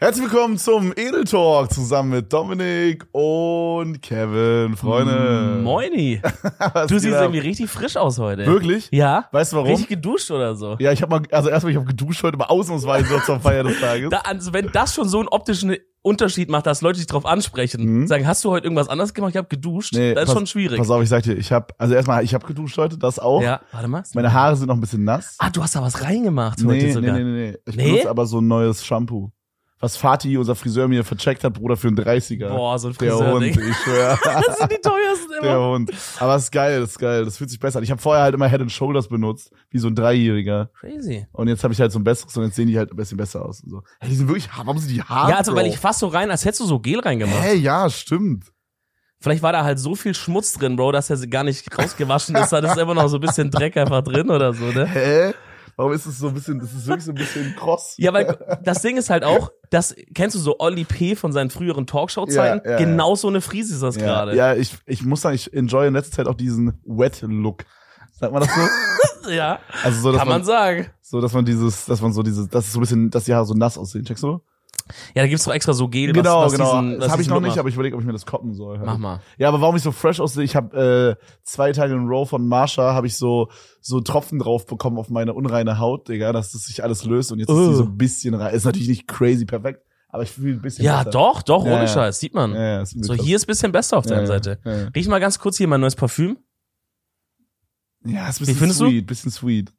Herzlich willkommen zum Edel Talk zusammen mit Dominik und Kevin, Freunde. Moini. Was Mm, Du geht siehst ab? irgendwie richtig frisch aus heute. Wirklich? Ja. Weißt du warum? Richtig geduscht oder so. Ja, ich habe mal, also erstmal, ich habe geduscht heute, aber ausnahmsweise noch zur Feier des Tages. Da, also wenn das schon so einen optischen Unterschied macht, dass Leute dich drauf ansprechen, sagen, hast du heute irgendwas anderes gemacht? Ich habe geduscht. Mhm. Nee, das ist pass- schon schwierig. Pass auf, ich sag dir, ich habe, also erstmal, ich habe geduscht heute, das auch. ja, warte mal. Meine Haare sind noch ein bisschen nass. Ah, du hast da was reingemacht heute nee, nee, sogar. nee, nee, nee. Ich Nee? benutze aber so ein neues Shampoo. Was Fatih, unser Friseur, mir vercheckt hat, Bruder, für einen 30er. Boah, so ein der Friseur. Hund, ich schwör. Das sind die teuersten Der immer. Hund. Aber es ist geil, es ist geil. Das fühlt sich besser an. Ich habe vorher halt immer Head and Shoulders benutzt, wie so ein Dreijähriger. Crazy. Und jetzt habe ich halt so ein besseres und jetzt sehen die halt ein bisschen besser aus. Und so. Hey, die sind wirklich hart. Warum sind die hart? Ja, also weil Bro? ich fast so rein, als hättest du so Gel reingemacht. Hey, ja, stimmt. Vielleicht war da halt so viel Schmutz drin, Bro, dass er gar nicht rausgewaschen ist. Da ist immer noch so ein bisschen Dreck einfach drin oder so, ne? Hä? Warum ist es so ein bisschen, das ist wirklich so ein bisschen kross. Ja, weil das Ding ist halt auch, das kennst du so Olli P. von seinen früheren Talkshow-Zeiten? Ja, ja, genau so eine Frise ist das ja, gerade. ja ich, ich muss sagen, ich enjoy in letzter Zeit auch diesen Wet-Look. Sagt man das so? Ja, Also so, dass kann man man, sagen. so, dass man dieses, dass man so dieses, dass es so ein bisschen, dass die Haare so nass aussehen. Checkst du? Ja, da gibt's doch extra so Gel, genau, was, was genau. diesen, was das habe ich diesen noch Look nicht, macht. aber ich überlege, ob ich mir das koppen soll. Mach mal. Ja, aber warum ich so fresh aussehe, ich habe äh, zwei Tage in a Row von Marsha habe ich so so Tropfen drauf bekommen auf meine unreine Haut, Digga, dass das sich alles löst und jetzt ist Ugh. die so ein bisschen rein. Ist natürlich nicht crazy perfekt, aber ich fühle ein bisschen Ja, besser. doch, doch, Ja, ohne ja. Scheiß, sieht man. Ja, ja, ist so, krass. hier ist bisschen besser auf Ja, deiner ja, Seite. Ja, ja. Riech mal ganz kurz hier mein neues Parfüm. ja ist ein Wie bisschen findest du? sweet, bisschen sweet.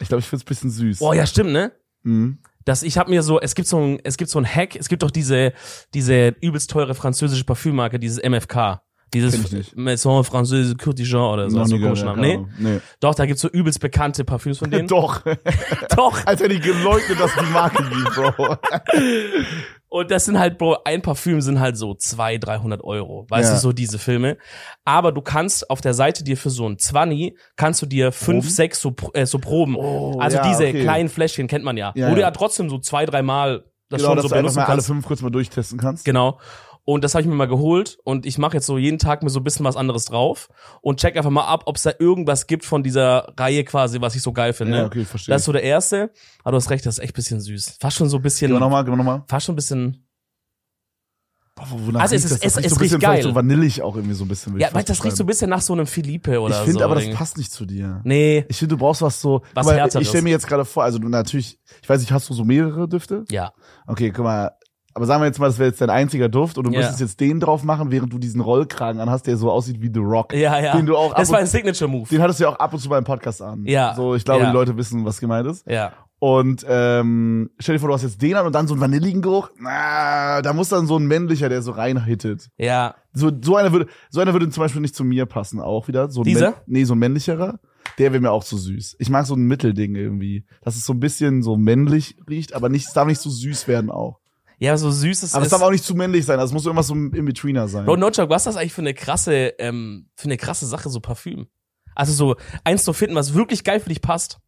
Ich glaube, ich finde es bisschen süß. Boah, ja, stimmt, ne? Mhm. dass ich habe mir so, es gibt so ein, es gibt so ein Hack, es gibt doch diese, diese übelst teure französische Parfümmarke, dieses MFK. Kenn ich Dieses nicht. Maison Française Courtisan oder so. Noch so nie gehört, komischen Namen. keine Nee, Ahnung. nee. doch, da gibt's so übelst bekannte Parfüms von denen. Doch, doch. als hätte ich geleugnet, dass es die Marke gibt, Bro. Und das sind halt, Bro, ein Parfüm sind halt so 200, 300 Euro. Weißt Ja. du, so diese Filme. Aber du kannst auf der Seite dir für so ein 20, kannst du dir fünf, Proben? sechs so, Pro- äh, so Proben. Oh, also ja, diese okay. kleinen Fläschchen kennt man ja. Ja, wo du ja. ja trotzdem so zwei, dreimal das genau, schon dass so du einfach benutzen mal alle kannst. fünf kurz mal durchtesten kannst. Genau. Und das habe ich mir mal geholt und ich mache jetzt so jeden Tag mir so ein bisschen was anderes drauf und check einfach mal ab, ob es da irgendwas gibt von dieser Reihe quasi, was ich so geil finde. Ja, okay, verstehe. Genau, ne? Das ist so der erste. Aber du hast recht, das ist echt ein bisschen süß. Fast schon so ein bisschen, Gib mal nochmal, gib mal nochmal. fast schon ein bisschen. Boah, wo- wonach Also es riecht ist- das? Das riecht es- es so ein riecht bisschen vielleicht geil. so vanillig auch irgendwie so ein bisschen. würd Ja, ich weil fast das riecht so ein beschreiben. bisschen nach so einem Felipe oder Ich finde so. aber, das Ding. passt nicht zu dir. Nee. Ich finde, du brauchst was so. Was guck mal, Härteres. Ich stelle mir jetzt gerade vor, also du natürlich, ich weiß nicht, hast du so mehrere Düfte? Ja. Okay, guck mal. Aber sagen wir jetzt mal, das wäre jetzt dein einziger Duft und du Ja. müsstest jetzt den drauf machen, während du diesen Rollkragen anhast, der so aussieht wie The Rock. Ja, ja. Den du auch ab das war ein und- Signature-Move. Den hattest du ja auch ab und zu beim Podcast an. Ja. So, ich glaube, Ja. die Leute wissen, was gemeint ist. Ja. Und ähm, stell dir vor, du hast jetzt den an und dann so einen vanilligen Geruch. Na, da muss dann so ein männlicher, der so reinhittet. Ja. So, so einer würde, so einer würde zum Beispiel nicht zu mir passen, auch wieder. So ein Dieser? Män- Nee, so ein männlicherer. Der wäre mir auch zu süß. Ich mag so ein Mittelding irgendwie. Dass es so ein bisschen so männlich riecht, aber nicht, es darf nicht zu süß werden auch. Ja, so süß ist Aber es ist- darf auch nicht zu männlich sein. Also es muss irgendwas so ein In-Betweener sein. Bro, no joke, was ist das eigentlich für eine krasse, ähm, für eine krasse Sache, so Parfüm? Also so eins zu finden, was wirklich geil für dich passt.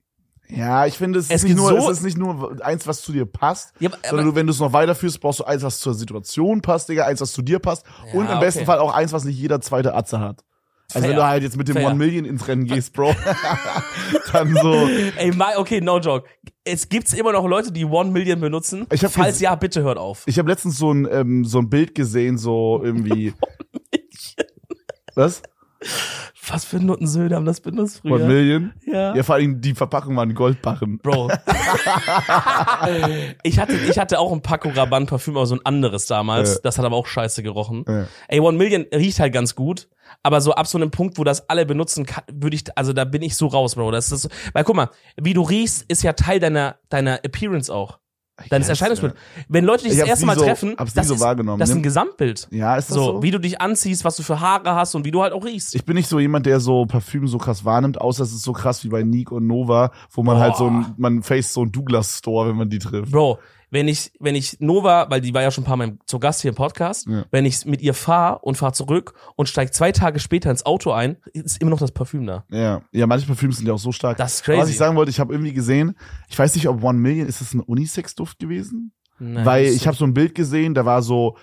ja, ich finde, es, Es ist nicht gibt nur, so- es ist nicht nur eins, was zu dir passt, Ja, aber- sondern du, wenn du es noch weiterführst, brauchst du eins, was zur Situation passt, Digga, eins, was zu dir passt. und im okay. besten Fall auch eins, was nicht jeder zweite Atze hat. Also wenn Fair. du halt jetzt mit dem Fair. One Million ins Rennen gehst, Bro, dann so, Ey, mal, okay, no joke. Es gibt's immer noch Leute, die One Million benutzen. Ich hab Falls ges- ja, bitte hört auf. Ich habe letztens so ein, ähm, so ein Bild gesehen, so irgendwie. Was? Was für Nuttensöhne haben das benutzt früher? One Million? Ja. Ja, vor allem die Verpackung waren Goldbarren. Bro. ich, hatte, ich hatte auch ein Paco Rabanne Parfüm, aber so ein anderes damals. Ja. Das hat aber auch scheiße gerochen. Ja. Ey, One Million riecht halt ganz gut. Aber so ab so einem Punkt, wo das alle benutzen, kann, würde ich, also da bin ich so raus, Bro. Das ist, weil guck mal, wie du riechst, ist ja Teil deiner, deiner Appearance auch. Deines Erscheinungsbild. Wenn Leute dich Ich das hab's erste nie Mal so- treffen, hab's nie das, so ist, wahrgenommen, das ist ne? ein Gesamtbild. Ja, ist das so? So, wie du dich anziehst, was du für Haare hast und wie du halt auch riechst. ich bin nicht so jemand, der so Parfüm so krass wahrnimmt, außer es ist so krass wie bei Nick und Nova, wo man Boah. halt so ein, man face so ein Douglas Store, wenn man die trifft. Bro, wenn ich, wenn ich Nova, weil die war ja schon ein paar Mal im- zu Gast hier im Podcast, Ja. wenn ich mit ihr fahre und fahre zurück und steige zwei Tage später ins Auto ein, ist immer noch das Parfüm da. Ja, ja, manche Parfüme sind ja auch so stark. Das ist Aber crazy. Was ich sagen wollte, ich habe irgendwie gesehen, ich weiß nicht, ob One Million, ist das ein Unisex-Duft gewesen? Nein, Weil das- ich habe so ein Bild gesehen, da war so,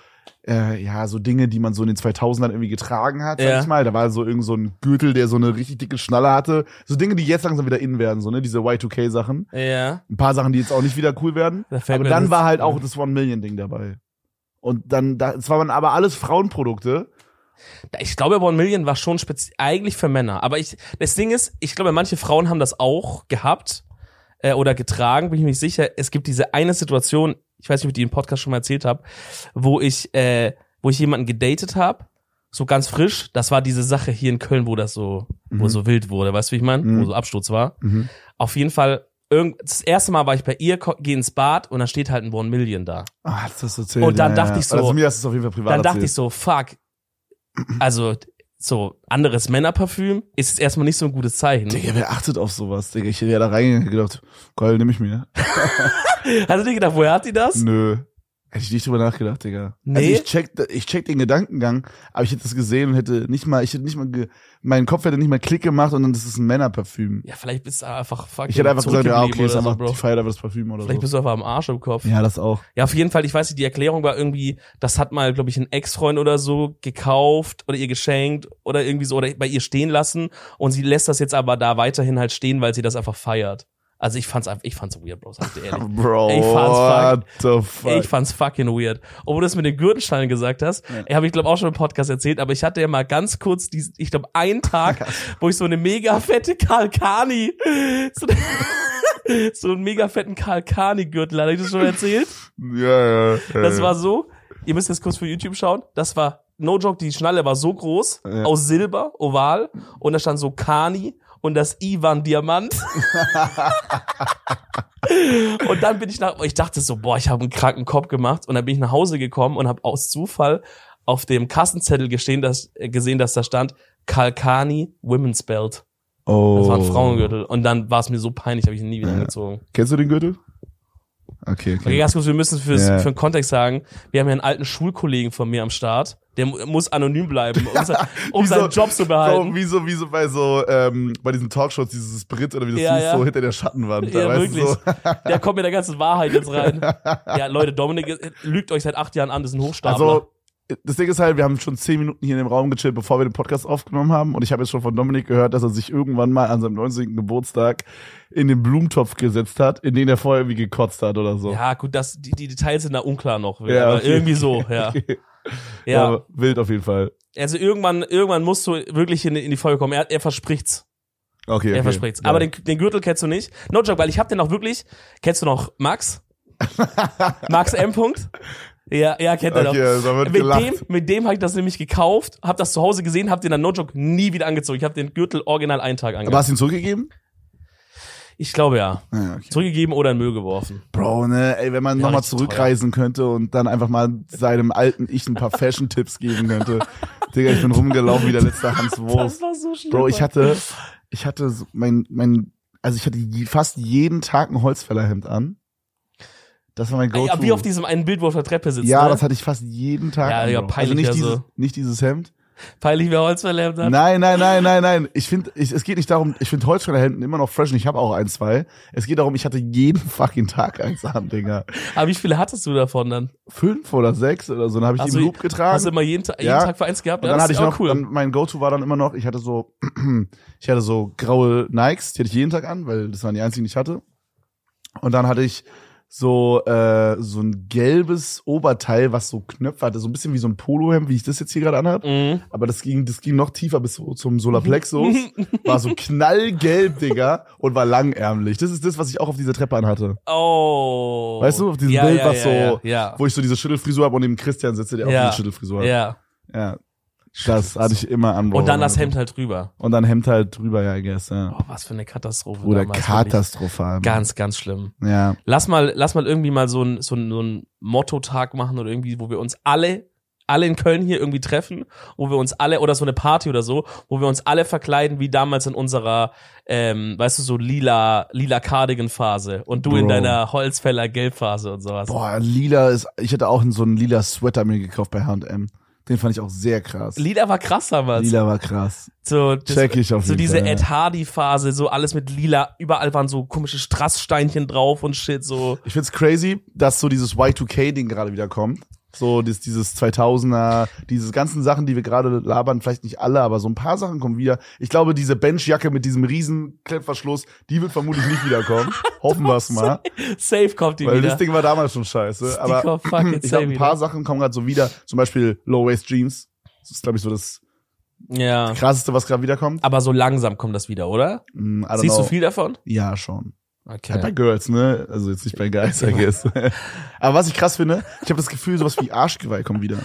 äh, ja, so Dinge, die man so in den 2000ern irgendwie getragen hat, sag Ja. ich mal. Da war so irgend so ein Gürtel, der so eine richtig dicke Schnalle hatte. So Dinge, die jetzt langsam wieder in werden, so, ne, diese Y2K-Sachen. Ja. Ein paar Sachen, die jetzt auch nicht wieder cool werden. Da fällt Aber mir dann das- war halt auch das One Million-Ding dabei. Und dann, da- es waren aber alles Frauenprodukte. Ich glaube, One Million war schon spezi eigentlich für Männer. Aber ich, das Ding ist, ich glaube, manche Frauen haben das auch gehabt äh, oder getragen, bin ich mir nicht sicher. Es gibt diese eine Situation, ich weiß nicht, ob ich die im Podcast schon mal erzählt habe, wo ich, äh, wo ich jemanden gedatet habe, so ganz frisch. Das war diese Sache hier in Köln, wo das so, wo Mhm. so wild wurde, weißt du, wie ich meine? Mhm. Wo so Absturz war. Mhm. Auf jeden Fall, irgend, das erste Mal war ich bei ihr, ko- geh ins Bad und da steht halt ein One Million da. Ah, das hast du erzählt. Und dann ja, ja. dachte ich so- Also mir hast du es auf jeden Fall privat dann dachte erzählt. ich so, fuck. Also, so anderes Männerparfüm ist jetzt erstmal nicht so ein gutes Zeichen. Digga, wer achtet auf sowas? Digga, ich wäre da reingegangen und gedacht, geil, nehme ich mir. Hast du dir gedacht, woher hat die das? Nö. Hätte ich nicht drüber nachgedacht, Digga. Nee? Also ich check, ich check den Gedankengang, aber ich hätte das gesehen und hätte nicht mal, ich hätte nicht mal, ge mein Kopf hätte nicht mal Klick gemacht und dann, das ist ein Männerparfüm. Ja, vielleicht bist du einfach fucking Ich hätte einfach gesagt, ja, okay, zurückgeblieben ist oder einfach, so, die Bro. feiert einfach das Parfüm oder Vielleicht so. bist du einfach am Arsch im Kopf. Ja. Ja, das auch. auf jeden Fall, ich weiß nicht, die Erklärung war irgendwie, das hat mal, glaube ich, ein Ex-Freund oder so gekauft oder ihr geschenkt oder irgendwie so oder bei ihr stehen lassen und sie lässt das jetzt aber da weiterhin halt stehen, weil sie das einfach feiert. Also ich fand's einfach, ich fand's weird, Bro, sag ich dir ehrlich. Bro, Ey, what fast the fuck. Ey, ich fand's fucking weird. Obwohl du das mit den Gürtelsteinen gesagt hast, Ja. ja. habe ich glaube auch schon im Podcast erzählt, aber ich hatte ja mal ganz kurz, diesen, ich glaube einen Tag, wo ich so eine mega fette Kalkani, so, so einen mega fetten Kalkani-Gürtel, hatte ich das schon mal erzählt? ja, ja, ja. Das war so, ihr müsst jetzt kurz für YouTube schauen, das war, no joke, die Schnalle war so groß, Ja. aus Silber, oval, und da stand so Kani und das I war ein Diamant. und dann bin ich nach, ich dachte so, boah, ich habe einen kranken Kopf gemacht und dann bin ich nach Hause gekommen und habe aus Zufall auf dem Kassenzettel gestehen, dass, äh, gesehen, dass da stand Kalkani Women's Belt. oh. Das war ein Frauengürtel. Und dann war es mir so peinlich, habe ich ihn nie wieder Ja. angezogen. Kennst du den Gürtel? Okay, Okay, okay. ganz kurz, wir müssen fürs, Ja. für den Kontext sagen, wir haben ja einen alten Schulkollegen von mir am Start, der mu- muss anonym bleiben, um, sein, um Wieso? seinen Job zu behalten. Bro, wie so, wie so bei so, ähm, bei diesen Talkshows, dieses Brit oder wie das Ja, hieß, ja. so hinter der Schattenwand. da, ja, weißt wirklich. Du, so. Der kommt mit der ganzen Wahrheit jetzt rein. Ja, Leute, Dominik äh, lügt euch seit acht Jahren an, das ist ein Hochstapler. Also, das Ding ist halt, wir haben schon zehn Minuten hier in dem Raum gechillt, bevor wir den Podcast aufgenommen haben. Und ich habe jetzt schon von Dominik gehört, dass er sich irgendwann mal an seinem 19. Geburtstag in den Blumentopf gesetzt hat, in den er vorher irgendwie gekotzt hat oder so. ja, gut, das, die, die Details sind da unklar noch. Ja, aber okay. irgendwie so, ja. ja. Aber wild auf jeden Fall. Also irgendwann, irgendwann musst du wirklich in, in die Folge kommen. Er, er verspricht's. Okay, okay. Er verspricht's. Ja. Aber den, den Gürtel kennst du nicht. No joke, weil ich hab den auch wirklich. Kennst du noch Max? Max M. Punkt? Ja, ja, kennt er okay, also doch. da wird Mit gelacht. dem, mit dem habe ich das nämlich gekauft, habe das zu Hause gesehen, habe den dann No Joke nie wieder angezogen. Ich habe den Gürtel original einen Tag aber angezogen. hast du ihn zurückgegeben? Ich glaube ja. Ja, okay. Zurückgegeben oder in den Müll geworfen. Bro, ne, ey, wenn man Ja, nochmal richtig zurückreisen könnte und dann einfach mal seinem alten Ich ein paar Fashion-Tipps geben könnte. Digga, ich bin rumgelaufen wie der letzte Hans Wurst. Das war so schlimm. Bro, ich hatte, ich hatte so mein, mein, also ich hatte je- fast jeden Tag ein Holzfällerhemd an. Das war mein Ey, Go-To. Ah, ja, wie auf diesem einen Bild, wo er auf der Treppe sitzt. ja, ne? das hatte ich fast jeden Tag. Ja, an, Digga, Bro. peinlich, also nicht, also. dieses, nicht dieses Hemd. Peinlich, wer Holz verlähmt hat. Nein, nein, nein, nein, nein. Ich finde, ich, es geht nicht darum, ich finde Holzfällerhemden immer noch fresh und ich habe auch ein, zwei. Es geht darum, ich hatte jeden fucking Tag eins an, Digga. Aber wie viele hattest du davon dann? Fünf oder sechs oder so, dann habe ich Hast die im du- Loop getragen. Hast du immer jeden, Ta Ja. jeden Tag für eins gehabt? Und Ja, dann das hatte ist ich auch noch, cool. dann mein Go-To war dann immer noch, ich hatte so, ich hatte so graue Nikes, die hatte ich jeden Tag an, weil das waren die einzigen, die ich hatte. Und dann hatte ich so, äh, so ein gelbes Oberteil, was so Knöpfe hatte, so ein bisschen wie so ein Polohemd, wie ich das jetzt hier gerade anhab. Mhm. Aber das ging, das ging noch tiefer bis so zum Solarplexus, war so knallgelb, Digga, und war langärmlich. Das ist das, was ich auch auf dieser Treppe anhatte. Oh. Weißt du, auf diesem Bild, was so- ja, ja, Wo ich so diese Schüttelfrisur habe und neben Christian sitze, der auch Ja. diese Schüttelfrisur ja. hat. ja. Ja. Das hatte ich immer an. Bro. Und dann das Hemd halt drüber. Und dann Hemd halt drüber, ja, I guess, ja. Oh, was für eine Katastrophe. Oder damals, wirklich. katastrophal. Ganz, ganz schlimm. Ja. Lass mal, lass mal irgendwie mal so ein, so ein, so ein Motto-Tag machen oder irgendwie, wo wir uns alle alle in Köln hier irgendwie treffen, wo wir uns alle, oder so eine Party oder so, wo wir uns alle verkleiden, wie damals in unserer, ähm, weißt du, so lila, lila Cardigan-Phase und du in Bro. deiner Holzfäller-Gelb-Phase und sowas. Boah, lila ist, ich hätte auch so einen lila Sweater mir gekauft bei H&M. Den fand ich auch sehr krass. Lila war krass damals. Lila war krass. So, das, Check ich auf so jeden diese Fall, ja. Ed Hardy-Phase, so alles mit lila, überall waren so komische Strasssteinchen drauf und shit, so. Ich find's crazy, dass so dieses Y2K-Ding gerade wieder kommt. So dieses, dieses 2000er, diese ganzen Sachen, die wir gerade labern, vielleicht nicht alle, aber so ein paar Sachen kommen wieder. Ich glaube, diese Benchjacke mit diesem riesen Klettverschluss, die wird vermutlich nicht wiederkommen. Hoffen wir's mal. Safe kommt die Weil wieder. das Ding war damals schon scheiße. Aber Sticker, fuck, jetzt Hm, ich glaube, safe ein paar Sachen kommen gerade so wieder. Zum Beispiel Low-Waist Jeans. Das ist, glaube ich, so das Ja. krasseste, was gerade wiederkommt. Aber so langsam kommt das wieder, oder? Mm, I don't Siehst know. du viel davon? Ja, schon. Halt bei Okay. Girls, ne? Also jetzt nicht bei Guys, I guess. Aber was ich krass finde, ich habe das Gefühl, sowas wie Arschgeweih kommt wieder.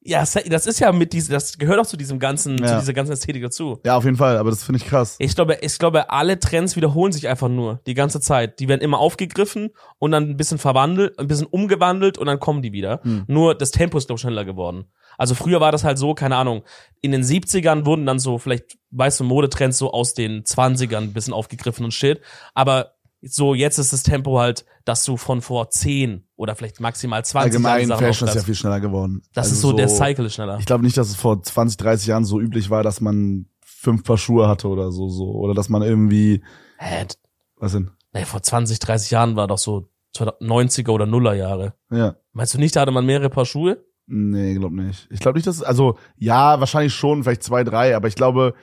Ja, sa- das ist ja mit diesem, das gehört auch zu diesem ganzen, zu Ja. dieser ganzen Ästhetik dazu. Ja, auf jeden Fall, aber das finde ich krass. Ich glaube, ich glaube, alle Trends wiederholen sich einfach nur die ganze Zeit. Die werden immer aufgegriffen und dann ein bisschen verwandelt, ein bisschen umgewandelt und dann kommen die wieder. Hm. Nur das Tempo ist, glaube ich, schneller geworden. Also früher war das halt so, keine Ahnung, in den 70ern wurden dann so vielleicht, weißt du, Modetrends so aus den 20ern ein bisschen aufgegriffen und shit. Aber so jetzt ist das Tempo halt, dass du von vor 10 oder vielleicht maximal 20 Allgemein, Jahren Sachen Fashion ist ja aufgreifst. viel schneller geworden. Das Also ist so, der Cycle ist schneller. Ich glaube nicht, dass es vor 20, 30 Jahren so üblich war, dass man fünf Paar Schuhe hatte oder so, so. Oder dass man irgendwie, Hä? was denn? Ey, vor 20, 30 Jahren war doch so 90er oder Nuller Jahre. Ja. Meinst du nicht, da hatte man mehrere Paar Schuhe? Nee, glaub nicht. Ich glaube nicht, dass es, also ja, wahrscheinlich schon, vielleicht zwei, drei, aber ich glaube,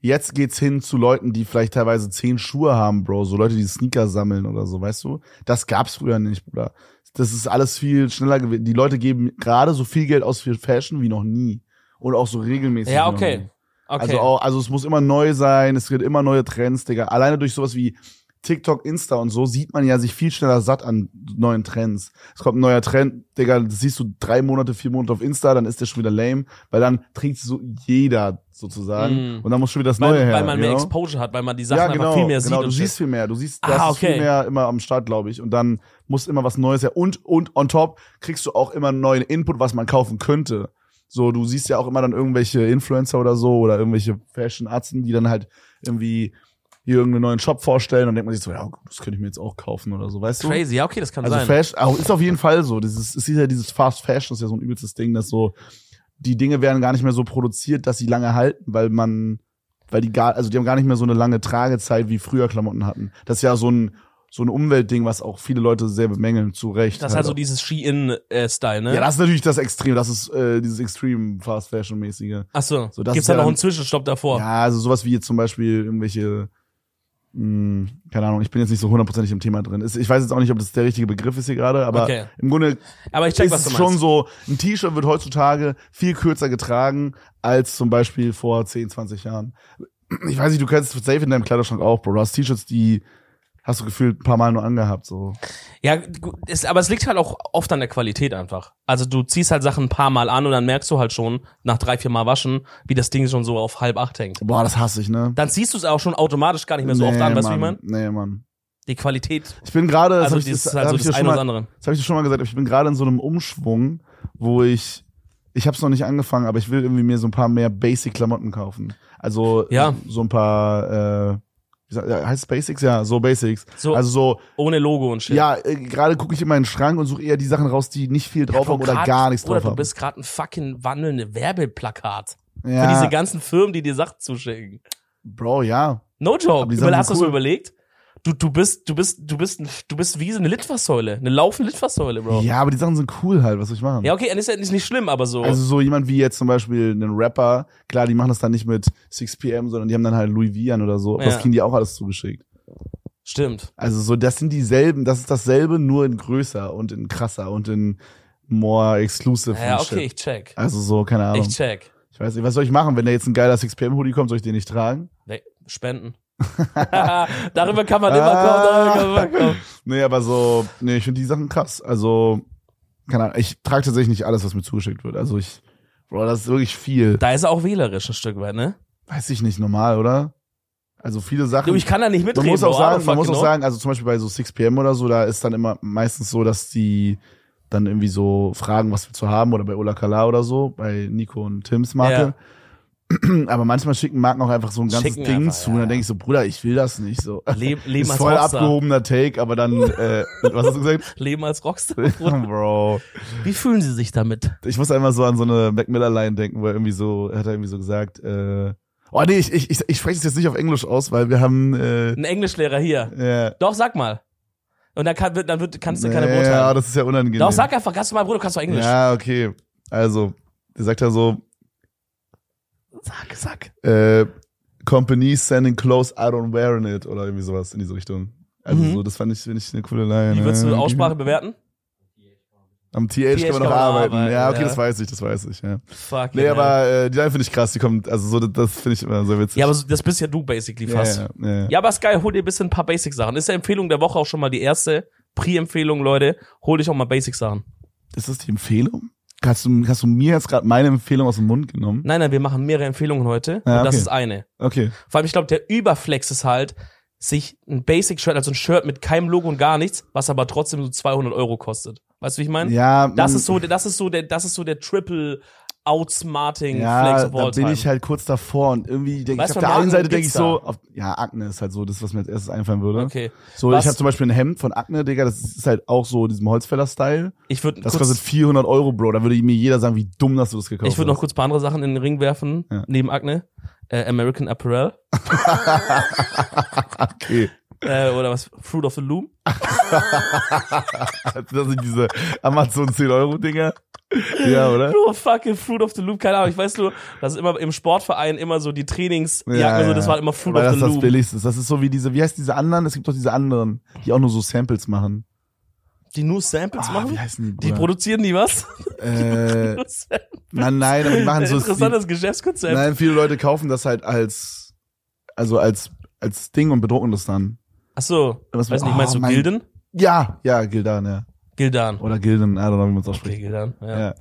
jetzt geht's hin zu Leuten, die vielleicht teilweise zehn Schuhe haben, Bro. So Leute, die Sneaker sammeln oder so, weißt du? Das gab's früher nicht, Bruder. Das ist alles viel schneller gewesen. Die Leute geben gerade so viel Geld aus für Fashion wie noch nie. Und auch so regelmäßig. Ja, wie noch okay. nie. Okay. Also, auch, also es muss immer neu sein, es wird immer neue Trends, Digga. Alleine durch sowas wie TikTok, Insta und so sieht man ja sich viel schneller satt an neuen Trends. Es kommt ein neuer Trend, Digga, das siehst du drei Monate, vier Monate auf Insta, dann ist der schon wieder lame, weil dann trinkt so jeder sozusagen Mm. und dann muss schon wieder das weil, Neue her. weil man you mehr know? Exposure hat, weil man die Sachen ja, genau, einfach viel mehr genau. sieht. Du und siehst shit. viel mehr, du siehst Ah, das ist okay. viel mehr immer am Start, glaube ich. Und dann muss immer was Neues her. Und, und on top kriegst du auch immer einen neuen Input, was man kaufen könnte. So, du siehst ja auch immer dann irgendwelche Influencer oder so oder irgendwelche Fashion-Arzten, die dann halt irgendwie hier irgendeinen neuen Shop vorstellen und denkt man sich so, ja, gut, das könnte ich mir jetzt auch kaufen oder so, weißt du? Crazy, ja, okay, das kann Also sein. Fashion, auch ist auf jeden Fall so. Dieses, es ist ja dieses Fast Fashion, ist ja so ein übelstes Ding, dass so die Dinge werden gar nicht mehr so produziert, dass sie lange halten, weil man, weil die gar, also die haben gar nicht mehr so eine lange Tragezeit wie früher Klamotten hatten. Das ist ja so ein so ein Umweltding, was auch viele Leute sehr bemängeln, zu Recht. Das ist halt so auch. dieses She-In-Style, ne? ja, das ist natürlich das Extrem, das ist äh, dieses Extrem Fast Fashion mäßige. Ach so, So, das ist gibt's da ja noch dann- einen Zwischenstopp davor? Ja, also sowas wie jetzt zum Beispiel irgendwelche, mh, keine Ahnung, ich bin jetzt nicht so hundertprozentig im Thema drin. Ist- Ich weiß jetzt auch nicht, ob das der richtige Begriff ist hier gerade, aber Okay. im Grunde Aber ich check, ist was du es meinst. schon so, ein T-Shirt wird heutzutage viel kürzer getragen als zum Beispiel vor 10, 20 Jahren. Ich weiß nicht, du kennst es safe in deinem Kleiderschrank auch, Bro. Du hast T-Shirts, die hast du gefühlt ein paar Mal nur angehabt, so. Ja, gut, ist, aber es liegt halt auch oft an der Qualität einfach. Also du ziehst halt Sachen ein paar Mal an und dann merkst du halt schon, nach drei, vier Mal waschen, wie das Ding schon so auf halb acht hängt. Boah, das hasse ich, ne? Dann ziehst du es auch schon automatisch gar nicht mehr so oft an, weißt du, wie ich Mann. meine? Nee, Mann. Die Qualität, Ich bin gerade, das also hab ich, das das, ist halt hab so ich dir das schon eine oder mal, andere. das hab ich dir schon mal gesagt, aber ich bin gerade in so einem Umschwung, wo ich, ich hab's noch nicht angefangen, aber ich will irgendwie mir so ein paar mehr Basic-Klamotten kaufen. Also, Ja. so ein paar, äh, wie sagt- heißt es Basics? Ja, so Basics. So Also so, ohne Logo und shit. Ja, äh, gerade gucke ich in meinen Schrank und suche eher die Sachen raus, die nicht viel drauf Bro, haben oder grad- gar nichts Oder drauf du haben. bist gerade ein fucking wandelnde Werbeplakat. Für ja, diese ganzen Firmen, die dir Sachen zuschicken. Bro, ja. No Aber joke. die Über, Sachen hast du sind das mal cool. überlegt? Du, du bist, du bist, du bist, ein- du bist wie so eine Litfaßsäule. Eine laufende Litfaßsäule, Bro. Ja, Ja, aber die Sachen sind cool halt, was soll ich machen? okay, dann ist ja nicht, nicht schlimm, aber so. Also so jemand wie jetzt zum Beispiel einen Rapper, klar, die machen das dann nicht mit 6pm, sondern die haben dann halt Louis V an oder so. aber Ja. Das kriegen die auch alles zugeschickt. stimmt. Also so, das sind dieselben, das ist dasselbe, nur in größer und in krasser und in more exclusive Ja, und okay, shit. ich check. Also so, keine Ahnung. Ich Ich, check. weiß nicht, was soll ich machen, wenn da jetzt ein geiler 6pm-Hoodie kommt, soll ich den nicht tragen? Nee, Spenden. darüber kann man immer kommen, darüber Ah. kann man kommen. Nee, aber so, nee, ich finde die Sachen krass. Also, keine Ahnung, ich trage tatsächlich nicht alles, was mir zugeschickt wird. Also ich, Bro, das ist wirklich viel. Da ist er auch wählerisch ein Stück weit, ne? Weiß ich nicht, normal, oder? Also viele Sachen. Du, ich kann da nicht mitreden. man muss auch Bro, sagen, aber man muss fucking auch no. sagen, also zum Beispiel bei so 6pm oder so, da ist dann immer meistens so, dass die dann irgendwie so fragen, was wir zu haben oder bei Ola Kala oder so, bei Nico und Tims Marke. Aber manchmal schicken Marken auch einfach so ein ganzes Schicken Ding einfach, zu ja, und dann ja. denke ich so, Bruder, ich will das nicht so. Leb, Leben Ist als voll Rockstar. abgehobener Take, aber dann, äh, was hast du gesagt? Leben als Rockstar. Bro. Wie fühlen Sie sich damit? Ich muss einmal so an so eine Mac Miller Line denken, wo er irgendwie so, hat er irgendwie so gesagt, äh, oh nee, ich, ich, ich, ich spreche es jetzt nicht auf Englisch aus, weil wir haben, äh, Ein Englischlehrer hier. ja, Doch, sag mal. Und dann, kann, wird, dann wird, kannst du keine ja, beurteilen. das ist ja unangenehm. Doch, sag einfach, ganz normal, Bruder, kannst du Englisch. Ja, okay. Also, der sagt ja so, Sag, sag. äh, Companies sending clothes, I don't wearing it oder irgendwie sowas in diese Richtung. Also Mhm. so, das fand ich, finde ich eine coole Line. Wie würdest du Ja. Aussprache bewerten? Am TH TH kann man noch arbeiten. Ja, okay, ja. das weiß ich, das weiß ich, ja. Fuck. Nee, ja. aber äh, die Line finde ich krass, die kommt, also so, das- das finde ich immer sehr witzig. Ja, aber so- das bist ja du basically ja, fast. ja, ja, ja. Ja, aber Sky, hol dir ein bisschen ein paar Basic-Sachen. Ist ja Empfehlung der Woche auch schon mal die erste. Pre-Empfehlung, Leute. Hol dich auch mal Basic-Sachen. Ist das die Empfehlung? Hast du, hast du mir jetzt gerade meine Empfehlung aus dem Mund genommen? Nein, nein, wir machen mehrere Empfehlungen heute. Ja, Und das okay. ist eine. Okay. Vor allem, ich glaube, der Überflex ist halt, sich ein Basic-Shirt, also ein Shirt mit keinem Logo und gar nichts, was aber trotzdem so 200 Euro kostet. Weißt du, wie ich meine? Ja, Das mh, ist so, der- das ist so der, das ist so der Triple Outsmarting Flex ja, of da all bin time. ich halt kurz davor und irgendwie denke Weißt ich auf der du, einen Marken Seite denke ich gibt's so, auf, ja, Akne ist halt so das, was mir als erstes einfallen würde. okay. So, Was- ich habe zum Beispiel ein Hemd von Akne, Digga, das ist halt auch so in diesem Holzfäller-Style. Ich würde Das kostet 400 Euro, Bro. Da würde mir jeder sagen, wie dumm, dass du das gekauft ich würde noch hast. kurz ein paar andere Sachen in den Ring werfen, Ja. neben Akne. Äh, American Apparel. Okay. äh, oder was? Fruit of the Loom. Das sind diese Amazon 10-Euro-Dinger. Ja, oder? Nur fucking Fruit of the Loom, keine Ahnung. Ich weiß nur, das ist immer im Sportverein immer so die Trainingsjacken, Ja, so, ja. das war immer Fruit Weil of das the das Loom. Billigste ist. Das ist so wie diese, wie heißt diese anderen? Es gibt doch diese anderen, die auch nur so Samples machen. Die nur Samples Ah, wie machen? heißen die, Bruder? Die produzieren die was? äh, nein, nein, aber die machen so... Interessantes Geschäftskonzept. nein, viele Leute kaufen das halt als, also als, als Ding und bedrucken das dann. Ach so, Was- weiß nicht, oh, meinst du mein- Gilden? Ja, ja, Gildan, ja. Gildan. Oder Gildan, I don't know, wie man es ausspricht. Okay, Gildan, ja. Ja.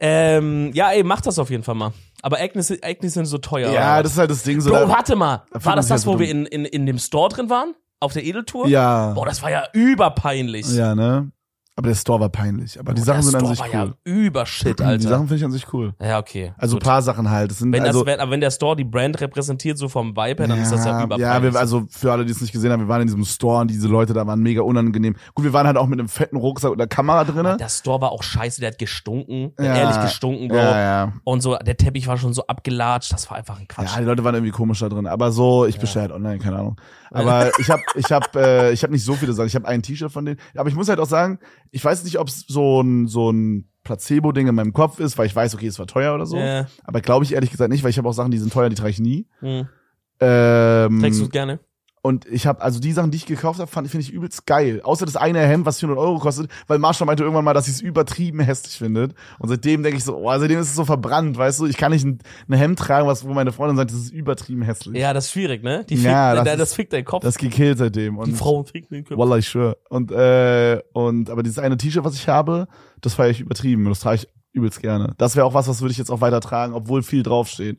Ähm, ja, ey, mach das auf jeden Fall mal. Aber Agnes, Agnes sind so teuer. Ja. oder? das ist halt das Ding so. Bro, da, warte mal. da fühlt War man das sich halt das, so wo wir dumm. in, in, in dem Store drin waren? Auf der Edeltour? ja. Boah, das war ja überpeinlich. Ja, ne? Aber der Store war peinlich. Aber die Boah, Sachen der sind an Store sich war cool. ja Übershit, Alter. Die Sachen finde ich an sich cool. ja, okay. Also Gut. ein paar Sachen halt. Das sind wenn also, das, wenn, aber wenn der Store die Brand repräsentiert, so vom Vibe her, dann ist das ja überpeinlich. ja, wir, also für alle, die es nicht gesehen haben, wir waren in diesem Store und diese Leute da waren mega unangenehm. Gut, wir waren halt auch mit einem fetten Rucksack und einer Kamera drinne. der Store war auch scheiße, der hat gestunken. Der ne? Ja. hat ehrlich gestunken, Bro. Ja, ja. Und so, der Teppich war schon so abgelatscht, das war einfach ein Quatsch. Ja, die Leute waren irgendwie komisch da drin. Aber so, ich bestelle halt online, keine Ahnung. Aber ich habe ich hab, äh, ich hab nicht so viele Sachen. Ich habe ein T-Shirt von denen. Aber ich muss halt auch sagen, ich weiß nicht, ob es so ein, so ein Placebo-Ding in meinem Kopf ist, weil ich weiß, okay, es war teuer oder so. Ja. Aber glaube ich ehrlich gesagt nicht, weil ich habe auch Sachen, die sind teuer, die trage ich nie. Hm. Trägst du Ähm, gerne? und ich habe also die Sachen, die ich gekauft habe, fand finde ich übelst geil. Außer das eine Hemd, was 400 Euro kostet, weil Marshall meinte irgendwann mal, dass sie es übertrieben hässlich findet. Und seitdem denke ich so, oh, seitdem ist es so verbrannt, weißt du. Ich kann nicht ein, ein Hemd tragen, was wo meine Freundin sagt, das ist übertrieben hässlich. Ja, das ist schwierig, ne? Die Ja, fickt, das das, ist- das fickt deinen Kopf. Das ist gekillt seitdem. die Und Frauen ficken den Kopf. Wallah, ich schwör. Und äh, und aber dieses eine T-Shirt, was ich habe, das feiere ich übertrieben. Das trage ich übelst gerne. Das wäre auch was, was würde ich jetzt auch weiter tragen, obwohl viel draufsteht.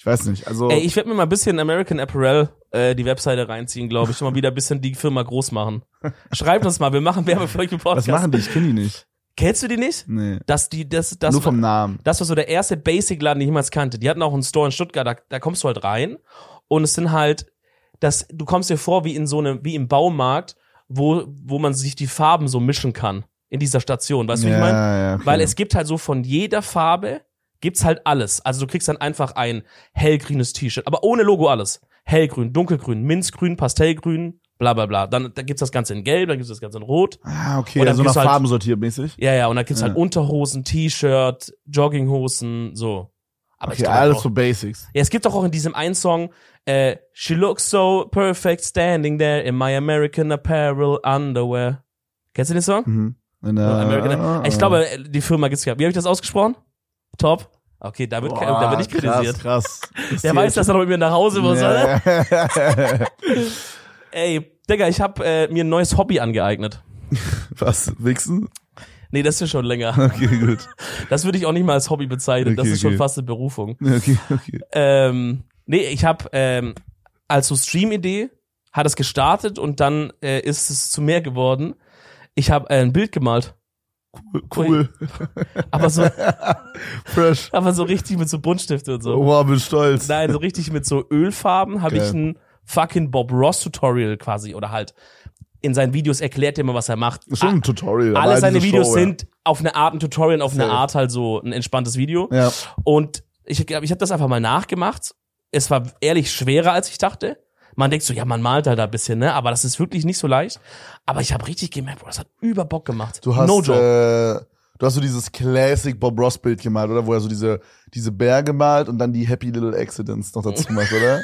Ich weiß nicht. Also Ey, ich werde mir mal ein bisschen American Apparel äh, die Webseite reinziehen, glaube ich. Mal wieder ein bisschen die Firma groß machen. Schreibt uns mal, wir machen Werbe für euch im Was Podcast. machen die? Ich kenne die nicht. Kennst du die nicht? Nee. Dass die, das, das, Nur vom Namen. das war so der erste Basic-Laden, den ich jemals kannte. Die hatten auch einen Store in Stuttgart, da, da kommst du halt rein und es sind halt, das, du kommst dir vor wie in so einem, wie im Baumarkt, wo, wo man sich die Farben so mischen kann in dieser Station. Weißt du, wie ich meine? ja, okay. Weil es gibt halt so von jeder Farbe gibt's halt alles. Also du kriegst dann einfach ein hellgrünes T-Shirt, aber ohne Logo alles. Hellgrün, dunkelgrün, minzgrün, pastellgrün, bla bla bla. Dann da gibt's das Ganze in gelb, dann gibt's das Ganze in rot. Ah, okay. Oder Oder so nach bist du halt- Farben sortiert mäßig. Ja, ja, und dann gibt's Ja. halt Unterhosen, T-Shirt, Jogginghosen, so. Aber ich Okay, glaub, alles auch- so Basics. ja, es gibt doch auch in diesem einen Song, äh, She looks so perfect standing there in my American Apparel underwear. Kennst du den Song? Mhm. In der- äh, American. Ich glaube, die Firma gibt's gehabt. Wie habe ich das ausgesprochen? Top. Okay, da wird, Boah, da wird nicht kritisiert. Krass, krass. Der weiß, dass er noch mit mir nach Hause muss, oder? oder? Ey, Digga, ich habe äh, mir ein neues Hobby angeeignet. Was? Wichsen? Nee, das ist schon länger. Okay, gut. Das würde ich auch nicht mal als Hobby bezeichnen. das Okay, ist schon okay. fast eine Berufung. Okay, okay. Ähm, nee, ich habe ähm, als so Stream-Idee hat es gestartet und dann äh, ist es zu mehr geworden. Ich habe äh, ein Bild gemalt. Cool. cool. Aber so, Fresh. aber so richtig mit so Buntstifte und so. Wow, bin stolz. Nein, so richtig mit so Ölfarben habe Geil. ich ein fucking Bob Ross Tutorial quasi oder halt in seinen Videos erklärt er immer, was er macht. Schon ein Tutorial. aber A- ah, Alle halt seine diese Videos Show, sind auf eine Art ein Tutorial, und auf eine Safe. Art halt so ein entspanntes Video. Ja. ja. Und ich glaube, ich habe das einfach mal nachgemacht. Es war ehrlich schwerer, als ich dachte. Man denkt so, ja, man malt halt da ein bisschen, ne? Aber das ist wirklich nicht so leicht. Aber ich habe richtig gemerkt, Bro, das hat über Bock gemacht. Du hast, no joke. äh, du hast so dieses Classic Bob Ross Bild gemalt, oder? Wo er so diese, diese Berge malt und dann die Happy Little Accidents noch dazu macht, oder?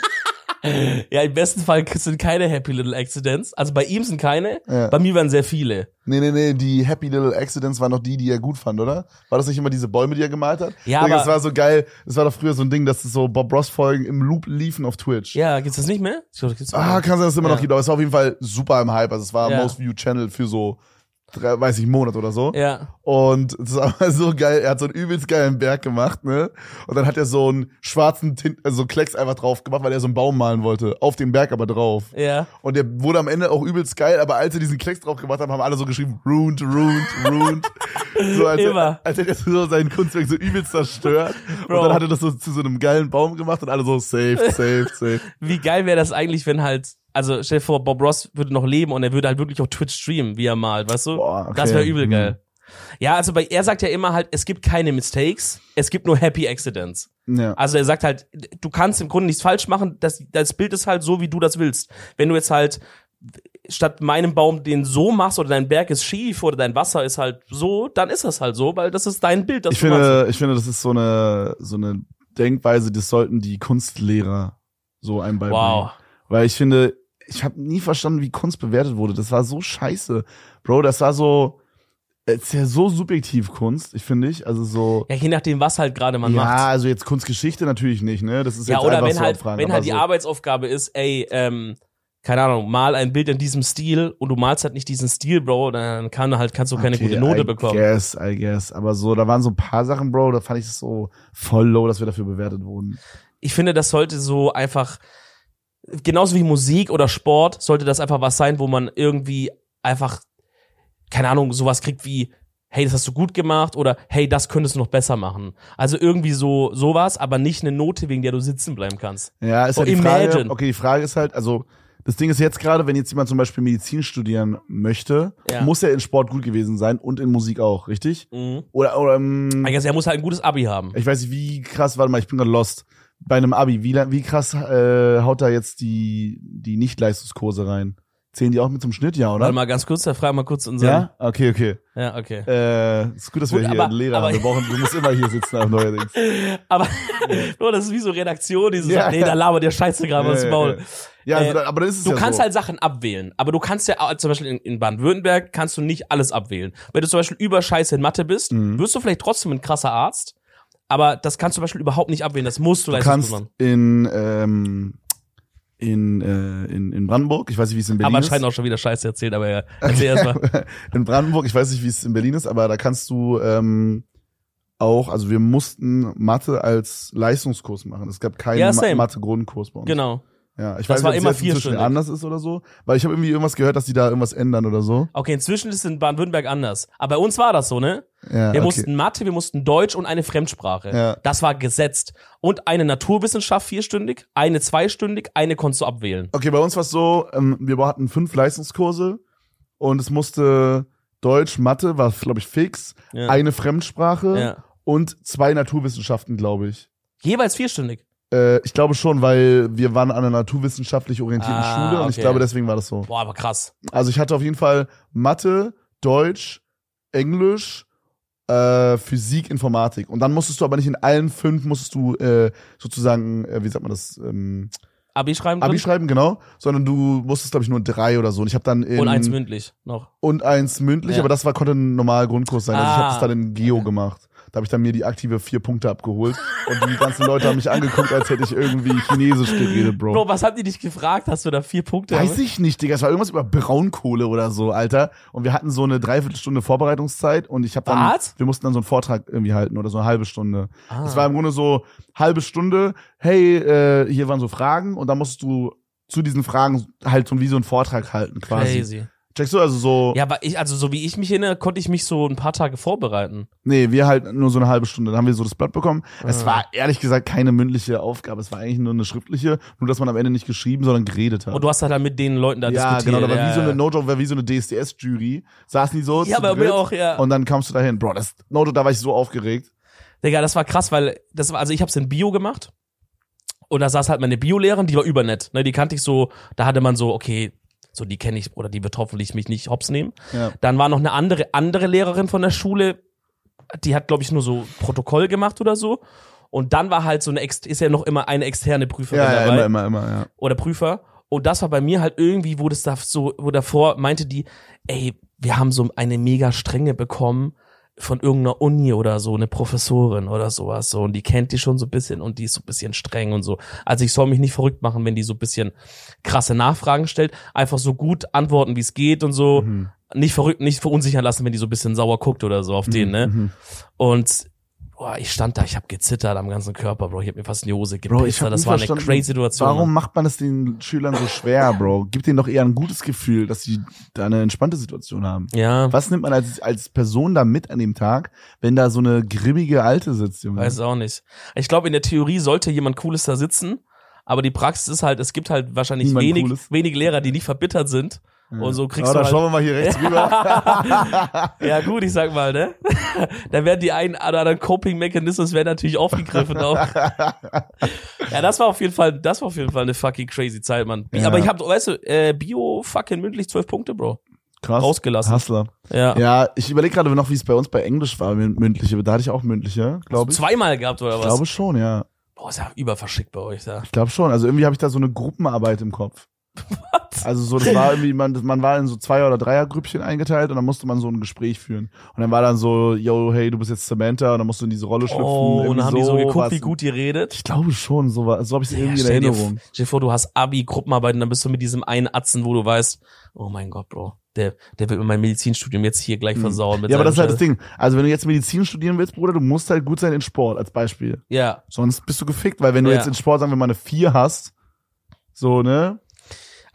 äh, ja, im besten Fall sind keine Happy Little Accidents. Also bei ihm sind keine. Ja. Bei mir waren sehr viele. Nee, nee, nee, die Happy Little Accidents waren noch die, die er gut fand, oder? War das nicht immer diese Bäume, die er gemalt hat? Ja, Digga, aber- Das war so geil. Das war doch früher so ein Ding, dass so Bob Ross Folgen im Loop liefen auf Twitch. Ja, gibt's das nicht mehr? Ich glaub, das gibt's Ah, nicht mehr. kann sein, dass es immer Ja. noch gibt, aber es war auf jeden Fall super im Hype. Also es war Ja. Most Viewed Channel für so, drei, weiß ich, Monat oder so. Ja. Und das war aber so geil. Er hat so einen übelst geilen Berg gemacht, ne? Und dann hat er so einen schwarzen Tint, also so einen Klecks einfach drauf gemacht, weil er so einen Baum malen wollte. Auf den Berg aber drauf. Ja. Und der wurde am Ende auch übelst geil, aber als sie diesen Klecks drauf gemacht haben, haben alle so geschrieben, ruined, ruined, ruined. so als, Immer. als hätte er so sein Kunstwerk so übelst zerstört. Bro. Und dann hat er das so zu so einem geilen Baum gemacht und alle so safe, safe, safe. Wie geil wäre das eigentlich, wenn halt, also stell dir vor, Bob Ross würde noch leben und er würde halt wirklich auf Twitch streamen, wie er malt, weißt du? Boah, okay. Das wäre übel Hm. geil. Ja, also bei, er sagt ja immer halt, es gibt keine Mistakes, es gibt nur Happy Accidents. Ja. Also er sagt halt, du kannst im Grunde nichts falsch machen, das, das Bild ist halt so, wie du das willst. Wenn du jetzt halt statt meinem Baum den so machst oder dein Berg ist schief oder dein Wasser ist halt so, dann ist das halt so, weil das ist dein Bild, das Ich du machst. finde, ich finde, das ist so eine, so eine Denkweise, das sollten die Kunstlehrer so einem beibringen. Wow. Weil ich finde, ich habe nie verstanden, wie Kunst bewertet wurde. Das war so scheiße. Bro, das war so, es ist ja so subjektiv Kunst, ich finde ich. Also so. Ja, je nachdem, was halt gerade man ja, macht. also jetzt Kunstgeschichte natürlich nicht, ne? Das ist Ja, jetzt oder einfach wenn so halt, abfragen, wenn aber halt die so. Arbeitsaufgabe ist, ey, ähm, keine Ahnung, mal ein Bild in diesem Stil und du malst halt nicht diesen Stil, Bro, dann kann du halt, kannst du keine Okay, gute Note I bekommen. Guess, I guess. Aber so, da waren so ein paar Sachen, Bro, da fand ich es so voll low, dass wir dafür bewertet wurden. Ich finde, das sollte so einfach, genauso wie Musik oder Sport, sollte das einfach was sein, wo man irgendwie einfach, keine Ahnung, sowas kriegt wie, hey, das hast du gut gemacht oder hey, das könntest du noch besser machen. Also irgendwie so, sowas, aber nicht eine Note, wegen der du sitzen bleiben kannst. Ja, ist So, halt die Frage. imagine. Okay, die Frage ist halt, also das Ding ist jetzt gerade, wenn jetzt jemand zum Beispiel Medizin studieren möchte, Ja. muss er in Sport gut gewesen sein und in Musik auch, richtig? Mhm. Oder, oder ähm, I guess, er muss halt ein gutes Abi haben. ich weiß nicht, wie krass, warte mal, ich bin gerade lost. Bei einem Abi, wie, lang- wie krass äh, haut da jetzt die, die Nicht-Leistungskurse rein? Zählen die auch mit zum Schnitt, ja, Warte oder? mal ganz kurz, da frag mal kurz unseren. Ja? Okay, okay. Ja, ja okay. Äh, ist gut, dass wir Gut, hier aber- einen Lehrer aber- haben. Wir brauchen, du musst immer hier sitzen, aber neuerdings. Aber Bro, das ist wie so Redaktion, die so Ja, sagt, nee, ja. da labert der Scheiße gerade aus Ja, dem ja, Maul. ja. Ja, also, Äh, da- aber das ist es Du ja kannst so. halt Sachen abwählen, aber du kannst ja auch- zum Beispiel in, in Baden-Württemberg kannst du nicht alles abwählen. Wenn du zum Beispiel über Scheiße in Mathe bist, Mhm. wirst du vielleicht trotzdem ein krasser Arzt, aber das kannst du zum Beispiel überhaupt nicht abwählen, das musst du, Du leisten kannst in, ähm, in, äh, in, in Brandenburg, ich weiß nicht, wie es in Berlin Aber ist. anscheinend auch schon wieder Scheiße erzählt, aber ja, erzähl erstmal. in Brandenburg, ich weiß nicht, wie es in Berlin ist, aber da kannst du ähm, auch, also wir mussten Mathe als Leistungskurs machen. Es gab keinen Ja, Ma same. Mathe-Grundkurs bei uns. Genau. Ja, ich Das weiß war nicht, immer ob es jetzt inzwischen vierstündig. anders ist oder so, weil ich habe irgendwie irgendwas gehört, dass die da irgendwas ändern oder so. Okay, inzwischen ist es in Baden-Württemberg anders. Aber bei uns war das so, ne? Ja, Wir Ah, okay. mussten Mathe, wir mussten Deutsch und eine Fremdsprache. Ja. Das war gesetzt. Und eine Naturwissenschaft vierstündig, eine zweistündig, eine konntest du abwählen. Okay, bei uns war es so, ähm, wir hatten fünf Leistungskurse und es musste Deutsch, Mathe war, glaube ich, fix, Ja. eine Fremdsprache Ja. und zwei Naturwissenschaften, glaube ich. Jeweils vierstündig. Äh, ich glaube schon, weil wir waren an einer naturwissenschaftlich orientierten Ah, Schule und ich okay. glaube, deswegen war das so. Boah, aber krass. Also ich hatte auf jeden Fall Mathe, Deutsch, Englisch, äh, Physik, Informatik. Und dann musstest du aber nicht in allen fünf, musstest du äh, sozusagen, äh, wie sagt man das, ähm, Abi schreiben Abi drin schreiben, genau, sondern du musstest, glaube ich, nur drei oder so. Und ich habe dann in und eins mündlich noch. und eins mündlich, Ja. aber das war, konnte ein normaler Grundkurs sein. Also ich Ah. habe das dann in Geo gemacht. Da habe ich dann mir die aktive vier Punkte abgeholt und die ganzen Leute haben mich angeguckt, als hätte ich irgendwie Chinesisch geredet, Bro. Bro, was haben die dich gefragt? Hast du da vier Punkte? Weiß ich nicht, Digga. Es war irgendwas über Braunkohle oder so, Alter. Und wir hatten so eine Dreiviertelstunde Vorbereitungszeit und ich habe dann, Was? wir mussten dann so einen Vortrag irgendwie halten oder so eine halbe Stunde. Ah. Es war im Grunde so halbe Stunde, hey, äh, hier waren so Fragen und dann musstest du zu diesen Fragen halt so wie so einen Vortrag halten quasi. Crazy. Checkst du also so? Ja, aber ich, also so wie ich mich erinnere, konnte ich mich so ein paar Tage vorbereiten. Nee, wir halt nur so eine halbe Stunde. Dann haben wir so das Blatt bekommen. Es Ah. war ehrlich gesagt keine mündliche Aufgabe. Es war eigentlich nur eine schriftliche, nur dass man am Ende nicht geschrieben, sondern geredet hat. Und du hast halt dann mit den Leuten da ja, diskutiert. genau. Da war ja, wie so eine ja. No-Joke, war wie so eine DSDS-Jury. Saßen die so Ja, zu bei dritt mir auch, ja. und dann kamst du dahin. Bro, das No-Joke, da war ich so aufgeregt. Digga, das war krass, weil das war, also ich hab's in Bio gemacht. Und da saß halt meine Biolehrerin, die war übernett. Ne, die kannte ich so, da hatte man so, okay, so die kenne ich oder die wird hoffentlich mich nicht hops nehmen. Ja. Dann war noch eine andere, andere Lehrerin von der Schule, die hat, glaube ich, nur so Protokoll gemacht oder so. Und dann war halt so eine, ex- ist ja noch immer eine externe Prüferin Ja, ja, dabei immer, immer, immer, ja. oder Prüfer. Und das war bei mir halt irgendwie, wo das da so, wo davor meinte die, ey, wir haben so eine mega strenge bekommen von irgendeiner Uni oder so, eine Professorin oder sowas. So, und die kennt die schon so ein bisschen und die ist so ein bisschen streng und so. Also ich soll mich nicht verrückt machen, wenn die so ein bisschen krasse Nachfragen stellt. Einfach so gut antworten, wie es geht und so. Mhm. Nicht verrückt, nicht verunsichern lassen, wenn die so ein bisschen sauer guckt oder so auf den, ne? Mhm. Und boah, ich stand da, ich habe gezittert am ganzen Körper, Bro. Ich habe mir fast in die Hose gepisst. Bro, ich hab das nie war eine verstanden, crazy Situation. ne? Warum macht man es den Schülern so schwer, Bro? Gib denen doch eher ein gutes Gefühl, dass sie da eine entspannte Situation haben. Ja. Was nimmt man als, als Person da mit an dem Tag, wenn da so eine grimmige Alte sitzt, Junge? Weiß auch nicht. Ich glaube, in der Theorie sollte jemand Cooles da sitzen, aber die Praxis ist halt, es gibt halt wahrscheinlich Niemand wenig, Cooles. wenig Lehrer, die nicht verbittert sind. Und so kriegst Aber da du schauen wir mal hier rechts rüber. halt, ja gut, ich sag mal, ne? da werden die einen oder anderen Coping-Mechanismus werden natürlich aufgegriffen auch. ja, das war auf jeden Fall, das war auf jeden Fall eine fucking crazy Zeit, Mann. Bi- Ja. Aber ich hab, weißt du, äh, Bio fucking mündlich 12 Punkte, Bro. Krass. Rausgelassen. Hustler. Ja. Ja, ich überlege gerade noch, wie es bei uns bei Englisch war, mit mündliche. Da hatte ich auch mündliche, glaube ich. Zweimal gehabt oder Ich was? glaube schon, ja. Boah, ist ja überverschickt bei euch da. Ich glaube schon. Also irgendwie habe ich da so eine Gruppenarbeit im Kopf. Also so, das war irgendwie, man, das- man war in so zwei oder dreier Grüppchen eingeteilt und dann musste man so ein Gespräch führen. Und dann war dann so, yo, hey, du bist jetzt Samantha und dann musst du in diese Rolle schlüpfen. Oh, und Irgendwie dann haben die so geguckt, war's. wie gut ihr redet. Ich glaube schon, so, war- so habe ich es Ja, irgendwie in stell dir Erinnerung. f- Stell dir vor, du hast Abi, Gruppenarbeiten, dann bist du mit diesem einen Atzen, wo du weißt, oh mein Gott, Bro, der, der wird mir mein Medizinstudium jetzt hier gleich Hm. versauen. Mit Ja, aber das ist seinem halt das Ding. Also wenn du jetzt Medizin studieren willst, Bruder, du musst halt gut sein in Sport, als Beispiel. Scheiß. Ja, Sonst bist du gefickt, weil wenn du Ja. jetzt in Sport, sagen wir mal, eine 4 hast, so, ne?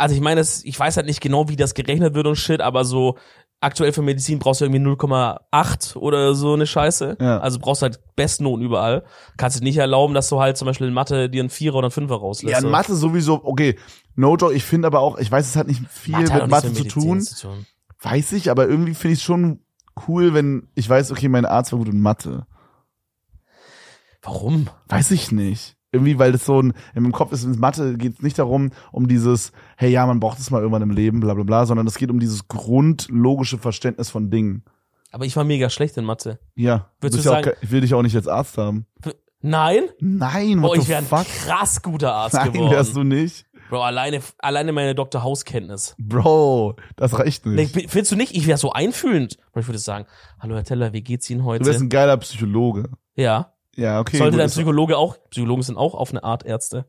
also ich meine, es- ich weiß halt nicht genau, wie das gerechnet wird und shit, aber so aktuell für Medizin brauchst du irgendwie 0,8 oder so eine Scheiße. Ja. Also brauchst halt Bestnoten überall. Kannst dir nicht erlauben, dass du halt zum Beispiel in Mathe dir einen Vierer oder einen Fünfer rauslässt. Ja, in So. Mathe sowieso, okay, no joke, ich finde aber auch, ich weiß, es hat nicht viel Mathe hat auch mit Mathe nichts zu tun, Medizin tun. weiß ich, aber irgendwie finde ich es schon cool, wenn ich weiß, okay, mein Arzt war gut in Mathe. Warum? Weiß ich nicht. Irgendwie, weil das so ein, in meinem Kopf ist, in Mathe geht es nicht darum, um dieses, hey, ja, man braucht es mal irgendwann im Leben, bla, bla, bla, sondern es geht um dieses grundlogische Verständnis von Dingen. Aber ich war mega schlecht in Mathe. Ja. Würdest bist du ja sagen- auch, ke- ich will dich auch nicht als Arzt haben. Nein? Nein, what Boah, Oh, ich the wäre ein fuck? krass guter Arzt Nein, geworden. wärst du nicht. Bro, alleine, alleine meine Dr. House-Kenntnis. Bro, das reicht Ne, nicht. Findest du nicht? Ich wäre so einfühlend. Bro, Ich würde sagen, hallo Herr Teller, wie geht's Ihnen Du wärst heute? ein geiler Psychologe. Ja. Ja, okay. Sollte gut, dein ist- Psychologe auch, Psychologen sind auch auf eine Art Ärzte.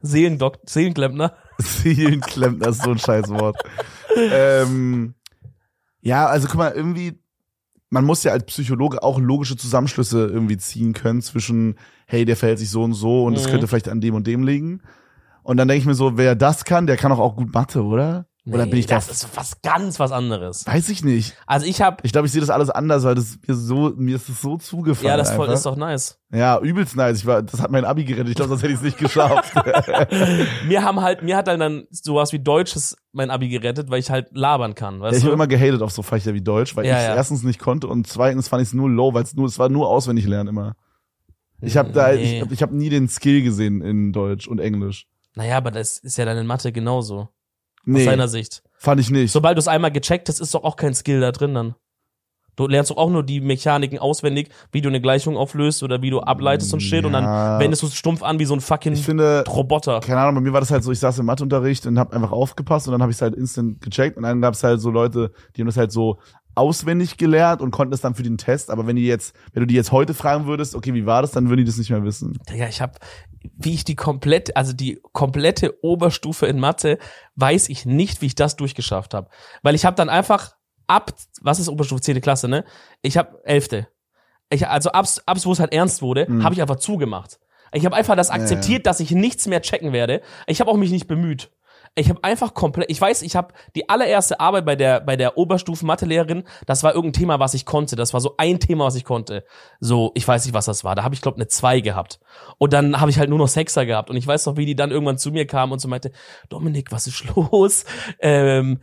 Seelendok Seelenklempner. Seelenklempner ist so ein scheiß Wort. ähm, ja, also guck mal, irgendwie, man muss ja als Psychologe auch logische Zusammenschlüsse irgendwie ziehen können zwischen, hey, der verhält sich so und so und das Mhm. könnte vielleicht an dem und dem liegen. Und dann denke ich mir so, wer das kann, der kann auch, auch gut Mathe, oder? Oder Nee, bin ich das? das? Das ist was ganz was anderes. Weiß ich nicht. Also ich habe Ich glaube, ich sehe das alles anders, weil das mir so, mir ist es so zugefallen. ja, das voll, einfach. ist doch nice. Ja, übelst nice. Ich war, das hat mein Abi gerettet. Ich glaube, sonst hätte ich es nicht geschafft. Mir haben halt, mir hat dann, dann sowas wie Deutsches mein Abi gerettet, weil ich halt labern kann. Ja, Weißt ich du? habe immer gehatet auf so Fächer wie Deutsch, weil Ja, ich es ja. erstens nicht konnte und zweitens fand ich es nur low, weil es nur, es war nur auswendig lernen immer. Ich habe da, Hm, Nee. ich, ich habe nie den Skill gesehen in Deutsch und Englisch. naja, aber das ist ja dann in Mathe genauso. Aus Nee, seiner Sicht. fand ich nicht. Sobald du es einmal gecheckt hast, ist doch auch kein Skill da drin dann. Du lernst doch auch nur die Mechaniken auswendig, wie du eine Gleichung auflöst oder wie du ableitest und shit und dann Ja. wendest du es stumpf an wie so ein fucking ich finde, Roboter. keine Ahnung, bei mir war das halt so, ich saß im Matheunterricht und habe einfach aufgepasst und dann habe ich es halt instant gecheckt und dann gab es halt so Leute, die haben das halt so auswendig gelernt und konnten es dann für den Test, aber wenn die jetzt, wenn du die jetzt heute fragen würdest, okay, wie war das, dann würden die das nicht mehr wissen. Digga, ich hab, wie ich die komplette, also die komplette Oberstufe in Mathe, weiß ich nicht, wie ich das durchgeschafft habe. Weil ich habe dann einfach ab, was ist Oberstufe, 10. Klasse, ne? Ich habe 11. Ich, also ab, ab wo es halt ernst wurde, hab Mhm. habe ich einfach zugemacht. Ich habe einfach das akzeptiert, dass ich nichts mehr checken werde. Ich habe auch mich nicht bemüht. Ich habe einfach komplett, ich weiß, ich habe die allererste Arbeit bei der bei der Oberstufen-Mathelehrerin, das war irgendein Thema, was ich konnte. Das war so ein Thema, was ich konnte. So, ich weiß nicht, was das war. Da habe ich glaube eine 2 gehabt. Und dann habe ich halt nur noch Sechser gehabt und ich weiß noch, wie die dann irgendwann zu mir kam und so meinte, Dominik, was ist los? Ähm,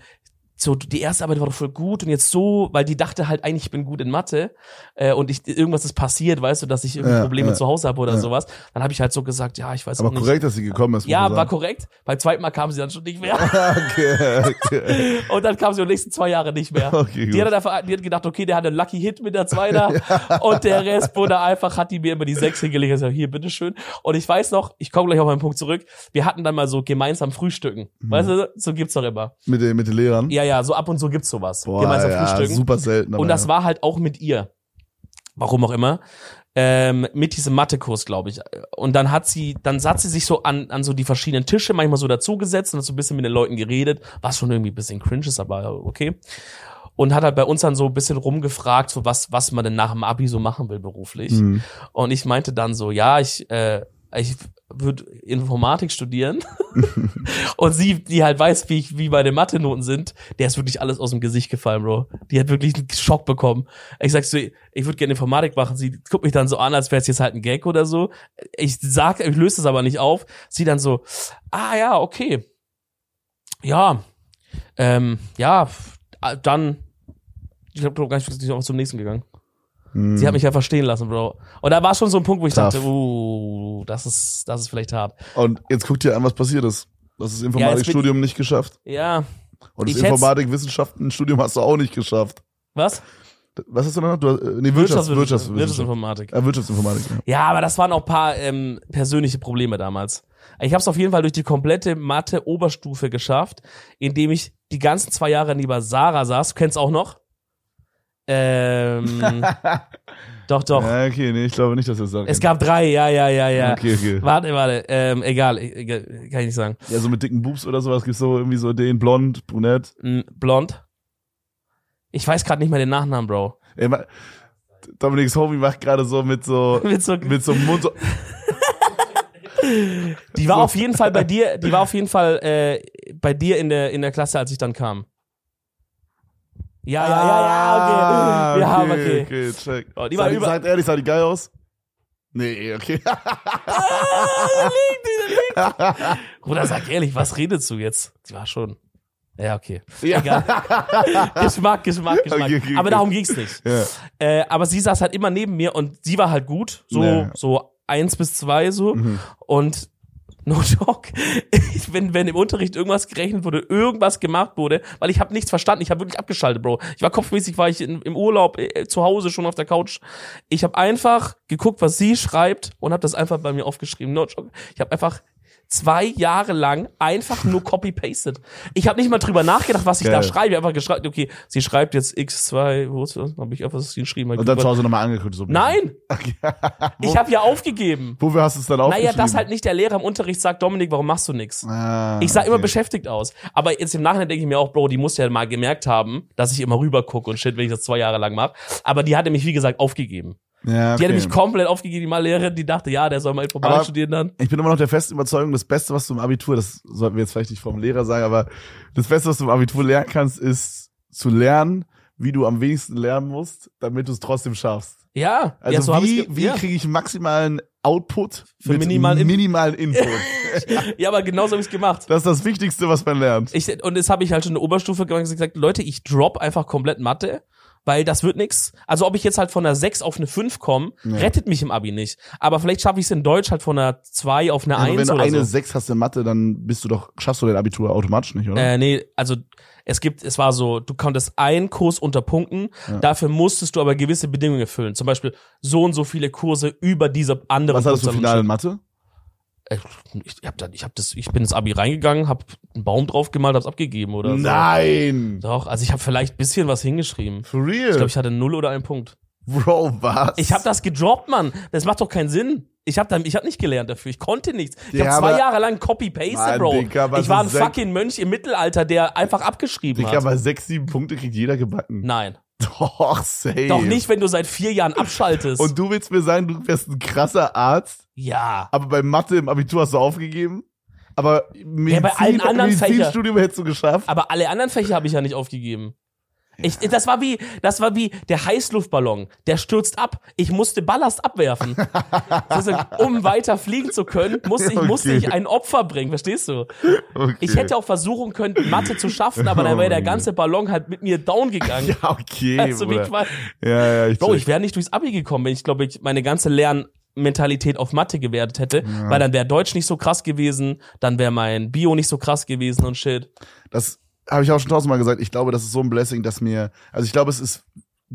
so die erste Arbeit war doch voll gut und jetzt so, weil die dachte halt eigentlich, ich bin gut in Mathe äh, und ich irgendwas ist passiert, weißt du, dass ich irgendwie Ja, Probleme ja. zu Hause habe oder Ja. sowas. Dann habe ich halt so gesagt, ja, ich weiß Aber auch nicht. korrekt, dass sie gekommen ist. muss Ja, man war sagen. korrekt. Beim zweiten Mal kam sie dann schon nicht mehr. okay, okay. Und dann kam sie die nächsten zwei Jahre nicht mehr. Okay, die, gut. hat einfach, die hat gedacht, okay, der hatte einen Lucky Hit mit der Zweiter und der Rest wurde einfach, hat die mir immer die Sechs hingelegt. Ich sag, hier, bitteschön. Und ich weiß noch, ich komme gleich auf meinen Punkt zurück, wir hatten dann mal so gemeinsam Frühstücken. Mhm. Weißt du, so gibt's doch immer. Mit, den, mit den Lehrern. Ja, ja, so ab und so gibt's sowas. Boah, gemeinsam ja, Frühstücken. super selten. aber Und das ja. war halt auch mit ihr. Warum auch immer. Ähm, mit diesem Mathekurs, glaube ich. Und dann hat sie, dann hat sie sich so an, an so die verschiedenen Tische manchmal so dazugesetzt und hat so ein bisschen mit den Leuten geredet, was schon irgendwie ein bisschen cringe ist, aber okay. Und hat halt bei uns dann so ein bisschen rumgefragt, so was, was man denn nach dem Abi so machen will beruflich. Mhm. Und ich meinte dann so, ja, ich, äh, ich würde Informatik studieren. und sie, die halt weiß, wie, ich, wie meine Mathe-Noten sind, der ist wirklich alles aus dem Gesicht gefallen, Bro. Die hat wirklich einen Schock bekommen. Ich sag so, ich würde gerne Informatik machen. Sie guckt mich dann so an, als wäre es jetzt halt ein Gag oder so. Ich sag, ich löse das aber nicht auf. Sie dann so, ah ja, okay. Ja, ähm, ja, f- ah, dann, ich glaube, gar nicht, sie ist auch zum nächsten gegangen. Mhm. Sie hat mich einfach stehen lassen, Bro. Und da war schon so ein Punkt, wo ich Tough. dachte, uh, das ist, das ist vielleicht hart. Und jetzt guck dir an, was passiert ist. Du hast das Informatikstudium nicht geschafft. Ja, Und das Ich hätt's- Informatikwissenschaftenstudium hast du auch nicht geschafft. was? Was hast du danach? Du, hast- äh, nee, Wirtschafts, Wirtschafts, Wirtschafts, Wirtschaftsinformatik. äh, Wirtschaftsinformatik. Ja. Ja, aber das waren auch paar ähm, persönliche Probleme damals. Ich habe es auf jeden Fall durch die komplette Mathe-Oberstufe geschafft, indem ich die ganzen zwei Jahre neben Sarah saß. Du kennst auch noch? Ähm, doch, doch. Ja, okay, nee, ich glaube nicht, dass ihr das sagt. Es gab drei, ja, ja, ja, ja. Okay, okay. Warte, warte. Ähm, egal, äh, kann ich nicht sagen. Ja, so mit dicken Boobs oder sowas gibt's so irgendwie so den blond, brunett. Mm, Blond. Ich weiß gerade nicht mehr den Nachnamen, Bro. Ey, ma- Dominik's Homie macht gerade so mit so Mit so- mit so einem Mund so Die war auf jeden Fall bei dir, die war auf jeden Fall äh, bei dir in der, in der Klasse, als ich dann kam. Ja, ja, Ah, ja, ja, okay. Ja, okay. Ah, okay, check. Oh, die sah, war die, über- sagt ehrlich, sah die geil aus? Nee, okay. Bruder, sag ehrlich, was redest du jetzt? Die war schon. Ja, okay. ja. Egal. Geschmack, Geschmack, Geschmack. Okay, okay, aber okay. darum ging's nicht. ja. Äh, aber sie saß halt immer neben mir und sie war halt gut. So, Ja. so eins bis zwei, so. Mhm. Und no joke, ich, wenn, wenn im Unterricht irgendwas gerechnet wurde, irgendwas gemacht wurde, weil ich habe nichts verstanden, ich habe wirklich abgeschaltet, Bro. Ich war kopfmäßig, war ich in, im Urlaub, äh, zu Hause schon auf der Couch. Ich habe einfach geguckt, was sie schreibt und habe das einfach bei mir aufgeschrieben. No joke. Ich habe einfach zwei Jahre lang einfach nur copy-pasted. Ich habe nicht mal drüber nachgedacht, was ich da Geil. schreibe. Ich hab Einfach geschrieben, okay, sie schreibt jetzt X2, wo ist das? Hab ich einfach was geschrieben. Und dann zu Hause nochmal angeguckt. So ein bisschen. Nein! Ich habe ja aufgegeben. Wofür hast du es dann Naja, aufgeschrieben? dass halt nicht der Lehrer im Unterricht sagt, Dominik, warum machst du nix? Ah, Ich sah immer okay. beschäftigt aus. Aber jetzt im Nachhinein denke ich mir auch, Bro, die muss ja mal gemerkt haben, dass ich immer rüber gucke und shit, wenn ich das zwei Jahre lang mache. Aber die hatte mich, wie gesagt, aufgegen. Ja, okay. Die hatte mich komplett aufgegeben, die Mathelehrerin, die dachte, ja, der soll mal Informatik Aber- studieren dann. ich bin immer noch der festen Überzeugung, das Beste, was du im Abitur, das sollten wir jetzt vielleicht nicht vom Lehrer sagen, aber das Beste, was du im Abitur lernen kannst, ist zu lernen, wie du am wenigsten lernen musst, damit du es trotzdem schaffst. Ja, Also ja, so habe wie, ich wie ja. kriege ich maximalen Output Für mit minimalen In- minimalen Input? ja, aber genau genauso habe ich es gemacht. das ist das Wichtigste, was man lernt. Ich, und das habe ich halt schon in der Oberstufe gemacht und gesagt, Leute, ich drop einfach komplett Mathe, weil das wird nix. Also ob ich jetzt halt von einer 6 auf eine 5 komme, Ja. rettet mich im Abi nicht. Aber vielleicht schaffe ich es in Deutsch halt von einer 2 auf eine Aber 1 Also wenn du oder eine so. 6 hast in Mathe, dann bist du doch, schaffst du dein Abitur automatisch nicht, oder? Äh, nee, also es gibt, es war so, du konntest einen Kurs unter Punkten, dafür musstest du aber gewisse Bedingungen erfüllen. Zum Beispiel so und so viele Kurse über diese anderen was hattest du final in Mathe? Ich, ich, hab dann, ich, hab das, ich bin ins Abi reingegangen, hab einen Baum drauf gemalt, hab's abgegeben oder Nein! so. Doch, also ich habe vielleicht ein bisschen was hingeschrieben. For real? Ich glaube, ich hatte null oder einen Punkt. Bro, was? Ich habe das gedroppt, Mann. Das macht doch keinen Sinn. Ich habe ich hab nicht gelernt dafür. Ich konnte nichts. Ich Ja, habe zwei aber- Jahre lang Copy-Paste, Mann, Bro. Digga, was ich war ein ist sech- fucking Mönch im Mittelalter, der einfach abgeschrieben Digga, hat. aber sechs, sieben Punkte kriegt jeder gebacken. Nein. Doch, safe. Doch nicht, wenn du seit vier Jahren abschaltest. Und du willst mir sagen, du wärst ein krasser Arzt, ja. aber bei Mathe im Abitur hast du aufgegeben? aber Medizin, bei allen anderen Fächern. Medizinstudium hättest du geschafft. Aber alle anderen Fächer habe ich ja nicht aufgegeben. Ich, das war wie, das war wie der Heißluftballon, der stürzt ab. Ich musste Ballast abwerfen. also, um weiter fliegen zu können, musste ich, musste Okay. ich ein Opfer bringen, verstehst du? Okay. Oh Ich hätte auch versuchen können, Mathe zu schaffen, aber dann wäre der ganze Ballon halt mit mir down gegangen. Ja, okay. Also, wie Bruder. quasi- ja, ja, ich Bro, check. ich wäre nicht durchs Abi gekommen, wenn ich, glaube ich, meine ganze Lernmentalität auf Mathe gewertet hätte, weil dann wäre Deutsch nicht so krass gewesen, dann wäre mein Bio nicht so krass gewesen und shit. das habe ich auch schon tausendmal gesagt, ich glaube, das ist so ein Blessing, dass mir, also ich glaube, es ist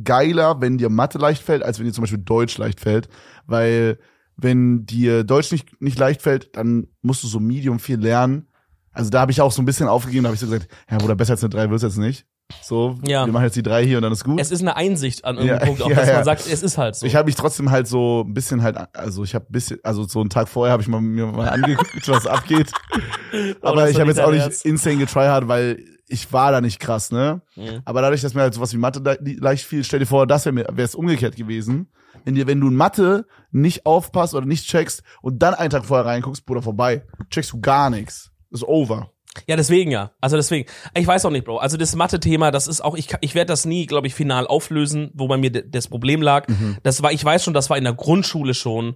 geiler, wenn dir Mathe leicht fällt, als wenn dir zum Beispiel Deutsch leicht fällt, weil wenn dir Deutsch nicht, nicht leicht fällt, dann musst du so medium viel lernen. Also da habe ich auch so ein bisschen aufgegeben, da habe ich so gesagt, ja Bruder, besser als eine drei wird's jetzt nicht. So, Ja. wir machen jetzt die drei hier und dann ist gut. Es ist eine Einsicht an irgendeinem Ja, Punkt, auch ja, dass ja. man sagt, es ist halt so. Ich habe mich trotzdem halt so ein bisschen halt, also ich habe bisschen, also so einen Tag vorher habe ich mal, mir mal angeguckt, was abgeht. Oh, das Aber ich war habe nicht jetzt auch dein nicht Ernst. insane getryhard, weil ich war da nicht krass, ne? Mhm. Aber dadurch, dass mir halt sowas wie Mathe le- leicht fiel, stell dir vor, das wäre es umgekehrt gewesen. Wenn dir, wenn du in Mathe nicht aufpasst oder nicht checkst und dann einen Tag vorher reinguckst, Bruder, vorbei, checkst du gar nichts. Ist over. Ja, deswegen ja. Also deswegen. Ich weiß auch nicht, Bro. Also das Mathe-Thema, das ist auch, ich, kann- ich werde das nie, glaube ich, final auflösen, wo bei mir de- das Problem lag. Das war, ich weiß schon, das war in der Grundschule schon,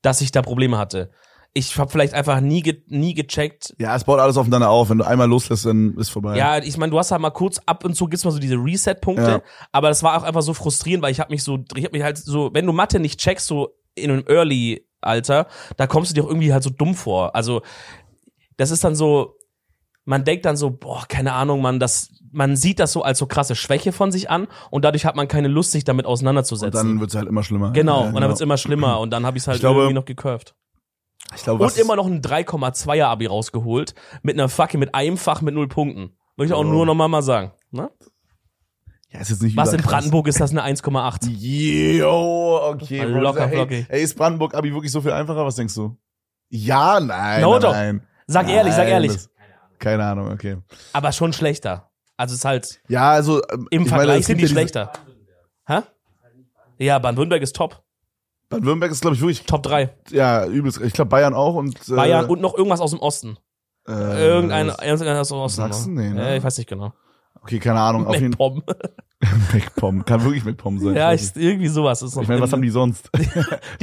dass ich da Probleme hatte. Ich habe vielleicht einfach nie, ge nie gecheckt. Ja, es baut alles aufeinander auf. Wenn du einmal loslässt, dann ist vorbei. Ja, ich meine, du hast halt mal kurz ab und zu gibt's mal so diese Reset-Punkte, Ja. aber das war auch einfach so frustrierend, weil ich habe mich so, ich habe mich halt so, wenn du Mathe nicht checkst, so in einem Early Alter, da kommst du dir auch irgendwie halt so dumm vor. Also das ist dann so, man denkt dann so, boah, keine Ahnung, man, das, man sieht das so als so krasse Schwäche von sich an und dadurch hat man keine Lust, sich damit und auseinanderzusetzen. dann wird's halt immer schlimmer. genau, Ja, und dann wird's immer schlimmer und dann habe ich's halt Ich glaube, irgendwie noch gecurved. Ich glaube, was Und immer noch ein 3,2er Abi rausgeholt mit einer fucking, mit einem Fach mit null Punkten. Möchte ich auch Oh. nur nochmal mal sagen. Ne? Ja, ist jetzt nicht Was in überkrass. Brandenburg ist das eine 1,8. Yo, okay. Mal Bro. locker Ey, flockig. Ey, ist Brandenburg Abi wirklich so viel einfacher? Was denkst du? Ja, nein. No, nein, doch. Nein. Sag ehrlich, sag Nein, ehrlich. das- Keine Ahnung, okay. Aber schon schlechter. Also ist halt, Ja, also ähm, im ich meine, Vergleich es sind gibt die ja diese- schlechter. Hä? Ja, Baden-Württemberg ist top. Baden-Württemberg ist, glaube ich, wirklich Top 3. ja übelst. Ich glaube Bayern auch und äh, Bayern und noch irgendwas aus dem Osten. äh, Irgendein, irgendein aus dem Osten. Sachsen? Nee, ne? Äh, Ich weiß nicht genau. Okay, keine Ahnung. Auf jeden Fall MacPom. McPom. Kann wirklich McPom sein. Ja, weiß ich, irgendwie sowas ist nicht. noch. ich meine, was haben die sonst? die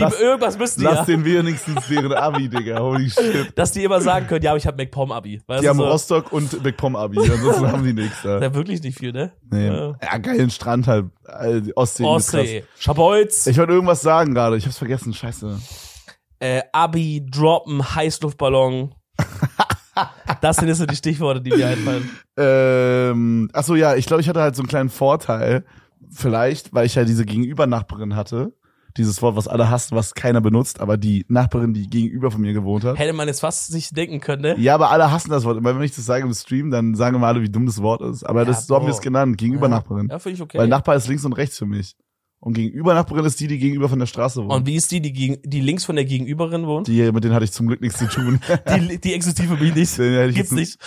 lass- irgendwas müssen die Lass ja, den wenigstens deren Abi, Digga. Holy shit. dass die immer sagen können, ja, aber ich habe MacPom-Abi. Weißt Die du, haben so. Rostock und McPom Abi. Ansonsten haben die nichts. Das ist ja wirklich nicht viel, ne? Nee. Ja. Ja, geilen Strand halt. Äh, die Ostsee. übelst krass. Ostsee, Schabolz, Ich wollte irgendwas sagen gerade, ich hab's vergessen, scheiße. äh, Abi, Droppen, Heißluftballon. das sind jetzt so die Stichworte, die mir einfallen. Ähm, achso, ja, ich glaube, ich hatte halt so einen kleinen Vorteil, vielleicht, weil ich ja diese Gegenübernachbarin hatte. Dieses Wort, was alle hassen, was keiner benutzt, aber die Nachbarin, die gegenüber von mir gewohnt hat. Hätte man jetzt fast sich denken können, ne? Ja, aber alle hassen das Wort. Immer wenn ich das sage im Stream, dann sagen immer alle, wie dumm das Wort ist. Aber Ja, das, so haben Bro. wir es genannt, Gegenübernachbarin. Ja, finde ich okay. Weil Nachbar ist links und rechts für mich. Und Gegenübernachbarin ist die, die gegenüber von der Straße wohnt. Und wie ist die, die, gegen, die links von der Gegenüberin wohnt? die, mit denen hatte ich zum Glück nichts zu tun. Die, die existiert für mich nicht. Den hätte ich Gibt's jetzt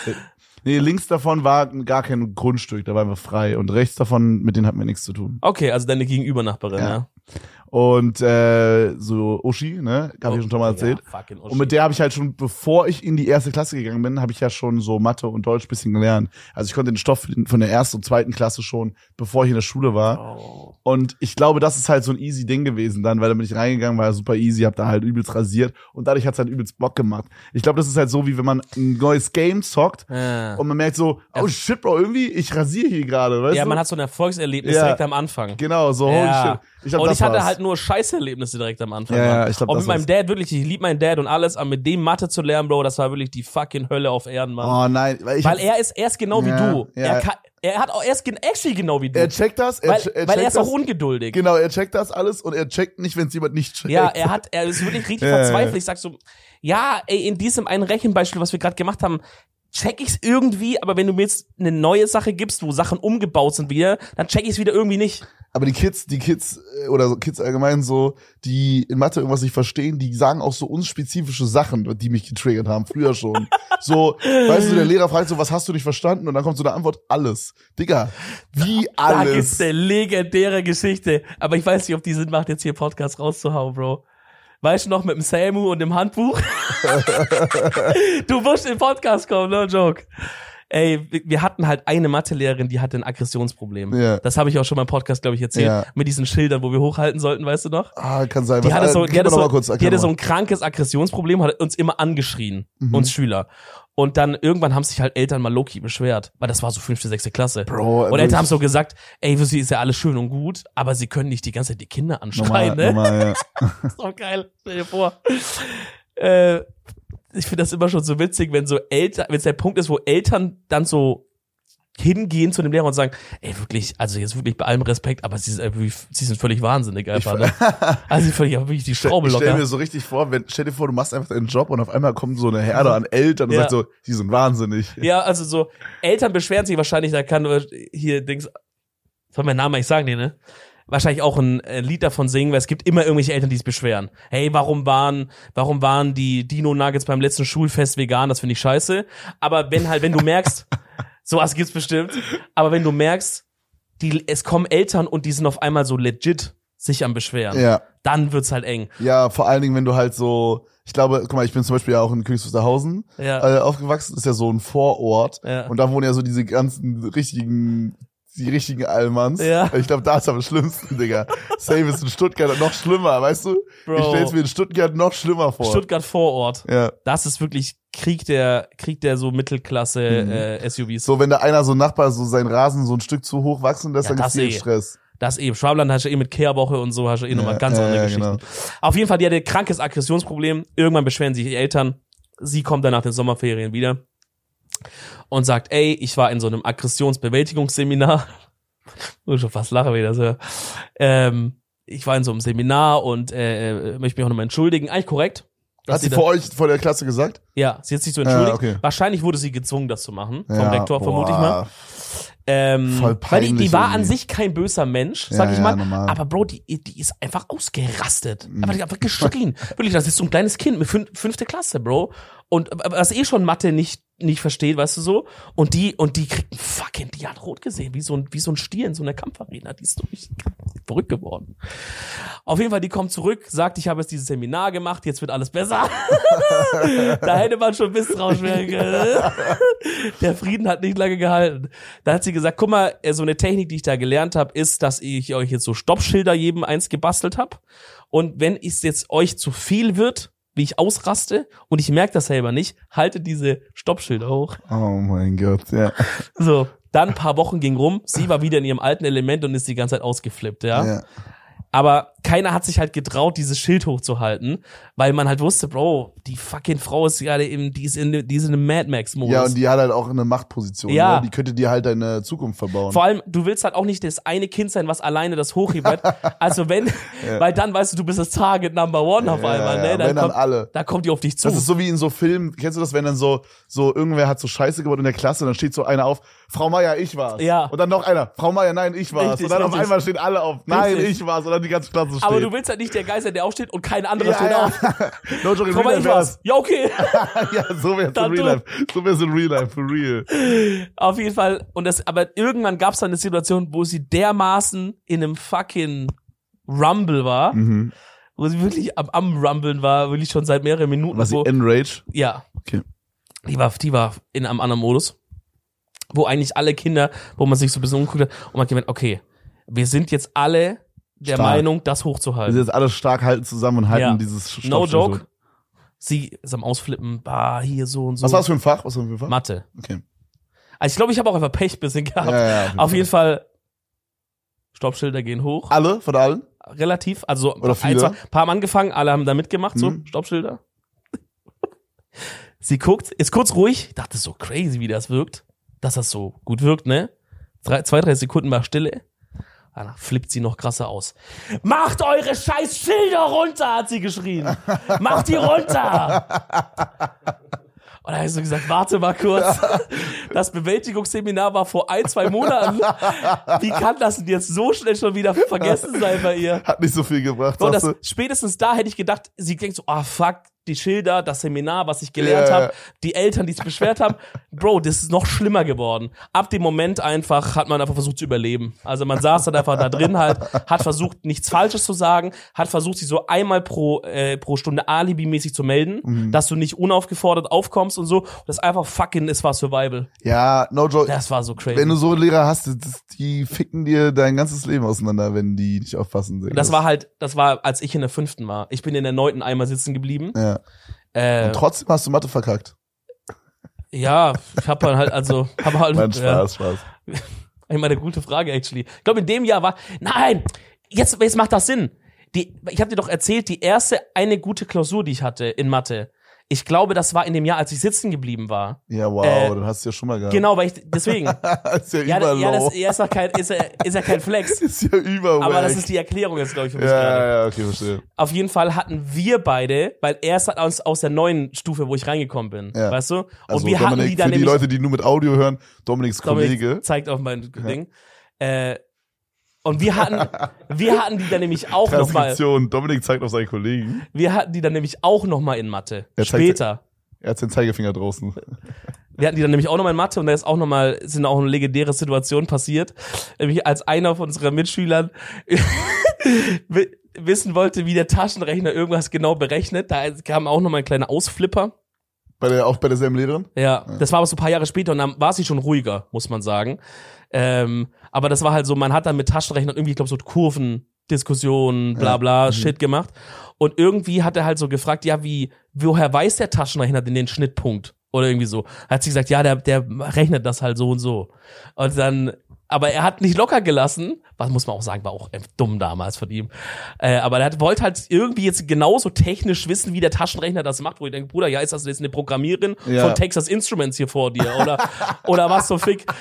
Nee, links davon war gar kein Grundstück, da waren wir frei. Und rechts davon, mit denen hatten wir nichts zu tun. Okay, also deine Gegenübernachbarin, Ja. ja. Und äh, so Uschi, ne, hab ich ja schon mal erzählt. Oh, Ja, fucking Und mit der habe ich halt schon, bevor ich in die erste Klasse gegangen bin, habe ich ja schon so Mathe und Deutsch bisschen gelernt. Also ich konnte den Stoff von der ersten und zweiten Klasse schon, bevor ich in der Schule war. Oh. Und ich glaube, das ist halt so ein easy Ding gewesen dann, weil da bin ich reingegangen, war super easy, hab da halt übelst rasiert und dadurch hat's halt übelst Bock gemacht. Ich glaube, das ist halt so, wie wenn man ein neues Game zockt Ah. und man merkt so, oh shit, Bro, irgendwie, ich rasiere hier gerade, weißt Ja, du? man hat so ein Erfolgserlebnis Ja. direkt am Anfang. genau, so, holy Ja. shit. Ich glaub, und das ich hatte war's. halt nur Scheißerlebnisse direkt am Anfang. Ja, ja, Mann. ich glaub, und das mit meinem ist- Dad wirklich, ich lieb meinen Dad und alles, aber mit dem Mathe zu lernen, Bro, das war wirklich die fucking Hölle auf Erden, Mann. Oh nein, weil, ich Weil er ist, er ist genau Ja, wie du. ja. Er, kann, er hat auch, er ist gen- actually genau wie du. er checkt das, er, weil, che- er weil checkt er ist das, auch ungeduldig. genau, er checkt das alles und er checkt nicht, wenn es jemand nicht checkt. Ja, er hat, er ist wirklich richtig Ja, ja, ja. verzweifelt. Ich sag so, ja, ey, in diesem einen Rechenbeispiel, was wir gerade gemacht haben, check ich's irgendwie, aber wenn du mir jetzt eine neue Sache gibst, wo Sachen umgebaut sind wieder, dann check ich's wieder irgendwie nicht. Aber die Kids, die Kids äh, oder so Kids allgemein so, die in Mathe irgendwas nicht verstehen, die sagen auch so unspezifische Sachen, die mich getriggert haben, früher schon. so, weißt du, der Lehrer fragt so, was hast du nicht verstanden? Und dann kommt so eine Antwort, alles. Digga, wie Da gibt's alles? eine legendäre Geschichte. Aber ich weiß nicht, ob die Sinn macht, jetzt hier Podcast rauszuhauen, Bro. Weißt du noch, mit dem Samu und dem Handbuch? du musst in den Podcast kommen, no joke. Ey, wir- wir hatten halt eine Mathelehrerin, die hatte ein Aggressionsproblem. Ja. Das habe ich auch schon mal im Podcast, glaube ich, erzählt. Ja. Mit diesen Schildern, wo wir hochhalten sollten, weißt du noch? Ah, kann sein. Die hatte, so, die, Kriegen wir hatte noch so, mal kurz, die hatte erklär so mal. Mhm. ein krankes Aggressionsproblem, hat uns immer angeschrien, uns Schüler. Und dann irgendwann haben sich halt Eltern mal Loki beschwert, weil das war so fünfte, sechste Klasse. Bro, und wirklich. Eltern haben so gesagt, ey, für sie ist ja alles schön und gut, aber sie können nicht die ganze Zeit die Kinder anschreien, Nochmal, ne? nochmal, ja. ist doch geil, stell dir vor. Äh, ich finde das immer schon so witzig, wenn so Eltern, wenn es der Punkt ist, wo Eltern dann so hingehen zu dem Lehrer und sagen, ey, wirklich, also jetzt wirklich bei allem Respekt, aber sie, ist, äh, wie- sie sind völlig wahnsinnig einfach. Ne? Also sie sind völlig, wirklich die Schraube Ich stell mir locker. so richtig vor, wenn, stell dir vor, du machst einfach deinen Job und auf einmal kommt so eine Herde an Eltern und Ja. sagt so, die sind wahnsinnig. Ja, also so, Eltern beschweren sich wahrscheinlich, da kann nur hier Dings, soll mein Name ich sagen, den, ne? Wahrscheinlich auch ein äh, Lied davon singen, weil es gibt immer irgendwelche Eltern, die es beschweren. Hey, warum waren, warum waren die Dino-Nuggets beim letzten Schulfest vegan? Das finde ich scheiße. Aber wenn halt, wenn du merkst, sowas gibt's bestimmt, aber wenn du merkst, die, es kommen Eltern und die sind auf einmal so legit sich am Beschweren, Ja. dann wird's halt eng. Ja, vor allen Dingen, wenn du halt so, ich glaube, guck mal, ich bin zum Beispiel ja auch in Königs Wusterhausen Ja. äh, aufgewachsen, ist ja so ein Vorort Ja. und da wohnen ja so diese ganzen richtigen, die richtigen Allmanns. Äh, Ja. Ich glaube, da ist am schlimmsten, Digga. Save ist in Stuttgart noch schlimmer, weißt du? Bro. Ich stell's mir in Stuttgart noch schlimmer vor. Stuttgart Vorort. ja. Das ist wirklich Krieg der, Krieg der so Mittelklasse Mhm. äh, SUVs. So, wenn da einer so ein Nachbar so seinen Rasen so ein Stück zu hoch wachsen lässt, Ja, dann das gibt's eh eh. Stress. Das eben. Schwabland hast du eh mit Kehrwoche und so, hast du eh nochmal Ja, ganz ja, andere ja, genau. Geschichten. Auf jeden Fall, die hatte krankes Aggressionsproblem. Irgendwann beschweren sich die Eltern. Sie kommt dann nach den Sommerferien wieder und sagt, ey, ich war in so einem Aggressionsbewältigungsseminar. Nur schon fast lachen, wenn ich das höre. Ähm, ich war in so einem Seminar und äh, möchte mich auch nochmal entschuldigen. Eigentlich korrekt. dass Hat sie da- vor euch, vor der Klasse gesagt? Ja, sie hat sich so entschuldigt. Ja, okay. Wahrscheinlich wurde sie gezwungen, das zu machen. Vom Ja, Rektor, vermute ich mal. boah. Ähm, Voll weil die, die peinlich war an irgendwie. sich kein böser Mensch, Ja, sag ich ja, mal. normal. Mhm. Aber Bro, die, die ist einfach ausgerastet. Aber die hat einfach geschrien. Wirklich, das ist so ein kleines Kind mit fün fünfte Klasse, Bro. Und äh, was eh schon Mathe nicht, nicht versteht, weißt du so. Und die, und die kriegt einen fucking, die hat rot gesehen, wie so ein, wie so ein Stier in so einer Kampfarena. Die ist durch verrückt geworden. Auf jeden Fall, die kommt zurück, sagt, ich habe jetzt dieses Seminar gemacht, jetzt wird alles besser. da hätte man schon Mist rausschmecken können. Der Frieden hat nicht lange gehalten. Da hat sie gesagt, guck mal, äh, so eine Technik, die ich da gelernt habe, ist, dass ich euch jetzt so Stoppschilder jedem eins gebastelt habe. Und wenn es jetzt euch zu viel wird, wie ich ausraste und ich merke das selber nicht, haltet diese Stoppschilder hoch. Oh mein Gott, ja. So, dann ein paar Wochen ging rum, sie war wieder in ihrem alten Element und ist die ganze Zeit ausgeflippt, ja. ja. Aber keiner hat sich halt getraut, dieses Schild hochzuhalten, weil man halt wusste, Bro, die fucking Frau ist gerade im, die ist in, die ist in einem Mad Max-Modus. Ja, und die hat halt auch eine Machtposition. Ja. Ne? Die könnte dir halt deine Zukunft verbauen. Vor allem, du willst halt auch nicht das eine Kind sein, was alleine das hochhebt. Weil- Also wenn, weil dann weißt du, du bist das Target Number One auf Ja, einmal, ja, ne? ja. Dann Wenn, dann kommt, alle. Da kommt die auf dich zu. Das ist so wie in so Filmen, kennst du das, wenn dann so, so irgendwer hat so Scheiße gebaut in der Klasse und dann steht so einer auf, Frau Meier, ich war's. Ja. Und dann noch einer, Frau Meier, nein, ich war's. Richtig, und dann auf richtig. einmal stehen alle auf, nein, Richtig. ich war's. Und dann die ganze Klasse steht. Aber du willst halt nicht der Geist sein, der aufsteht und kein anderer ja, steht ja. auf. No joke, in Komm mal, real life ich wär's. war's. Ja, okay. ja, so wär's Dann in real du. life. So wär's in real life, for real. Auf jeden Fall. Und das, aber irgendwann gab es dann eine Situation, wo sie dermaßen in einem fucking Rumble war, Mhm. wo sie wirklich am, am Rumblen war, wirklich schon seit mehreren Minuten. Was sie wo, enrage. Ja. Okay. Die war, die war in einem anderen Modus, wo eigentlich alle Kinder, wo man sich so ein bisschen umguckt hat, und man gemeint, okay, wir sind jetzt alle der Stark. Meinung, das Wir sind hochzuhalten. jetzt alle stark halten zusammen und halten Ja. dieses Stoff No joke. Sie ist am Ausflippen, bah, hier so und so. Was war's für ein Fach? Was war's für ein Fach? Mathe. Okay. Also ich glaube, ich habe auch einfach Pech ein bisschen gehabt. Ja, ja, Auf jeden Fall. Stoppschilder gehen hoch. Alle, von allen? Relativ. Also Oder ein, viele? zwei, paar haben angefangen, alle haben da mitgemacht, so Mhm. Stoppschilder. Sie guckt, ist kurz ruhig. Ich dachte, so crazy, wie das wirkt. Dass das so gut wirkt, ne? Drei, zwei, drei Sekunden war Stille. Danach flippt sie noch krasser aus. Macht eure scheiß Schilder runter, hat sie geschrien. Macht die runter. Und da habe ich so gesagt, warte mal kurz. Das Bewältigungsseminar war vor ein, zwei Monaten. Wie kann das denn jetzt so schnell schon wieder vergessen sein bei ihr? Hat nicht so viel gebracht, So, sagst das, du? spätestens da hätte ich gedacht, sie denkt so, ah fuck, die Schilder, das Seminar, was ich gelernt Ja, ja, habe, die Eltern, die es beschwert haben. Bro, das ist noch schlimmer geworden. Ab dem Moment einfach hat man einfach versucht zu überleben. Also man saß dann einfach da drin halt, hat versucht, nichts Falsches zu sagen, hat versucht, sich so einmal pro, äh, pro Stunde alibimäßig zu melden, Mhm. dass du nicht unaufgefordert aufkommst und so. Das einfach fucking, es war Survival. Ja, no joke. Das war so crazy. Wenn du so einen Lehrer hast, das- das, die ficken dir dein ganzes Leben auseinander, wenn die nicht aufpassen. Digga. das war halt, das war, als ich in der fünften war. Ich bin in der neunten einmal sitzen geblieben. Ja. Äh, Und trotzdem hast du Mathe verkackt. ja, ich hab dann halt, also, hab halt, Nein, ja. Spaß, Spaß. Immer eine gute Frage, actually. Ich glaube, in dem Jahr war. Nein! Jetzt, jetzt macht das Sinn. Die, ich habe dir doch erzählt, die erste eine gute Klausur, die ich hatte in Mathe. Ich glaube, das war in dem Jahr, als ich sitzen geblieben war. Ja, wow, Äh, dann hast du ja schon mal gehabt. Genau, weil ich. Deswegen. das ist ja, ja, da- überlow. ja, das ja, ist ja kein, ist, ja- ist ja kein Flex. ist ja überwack. Aber das ist die Erklärung jetzt, glaube ich, für mich ja, gerade. ja, ja, okay, verstehe. Auf jeden Fall hatten wir beide, weil er ist halt aus, aus der neuen Stufe, wo ich reingekommen bin. Ja. Weißt du? Und Also wir hatten Dominik, die dann für die nämlich. Leute, die nur mit Audio hören, Dominiks Dominik Kollege. zeigt auf mein Ding. Äh, und wir hatten, wir hatten die dann nämlich auch nochmal. Transkription. Dominik zeigt auf seinen Kollegen. Wir hatten die dann nämlich auch nochmal in Mathe. Er zeigt- Später. Er hat den Zeigefinger draußen. Wir hatten die dann nämlich auch nochmal in Mathe und da ist auch nochmal, sind auch eine legendäre Situation passiert. Nämlich als einer von unseren Mitschülern wi- wissen wollte, wie der Taschenrechner irgendwas genau berechnet. Da kam auch nochmal ein kleiner Ausflipper. Bei der, auch bei derselben Lehrerin? Ja, das war aber so ein paar Jahre später und dann war sie schon ruhiger, muss man sagen. Ähm, aber das war halt so, man hat dann mit Taschenrechnern irgendwie, ich glaube, so Kurven, Diskussionen, bla Ja. Mhm. bla, Shit gemacht. Und irgendwie hat er halt so gefragt, ja, wie, woher weiß der Taschenrechner denn den Schnittpunkt? Oder irgendwie so. Hat sie gesagt, ja, der, der rechnet das halt so und so. Und dann, aber er hat nicht locker gelassen, was muss man auch sagen, war auch echt dumm damals von ihm. Äh, aber er hat, wollte halt irgendwie jetzt genauso technisch wissen, wie der Taschenrechner das macht, wo ich denke, Bruder, ja, ist das jetzt eine Programmierin Ja. von Texas Instruments hier vor dir? Oder, oder was so fick?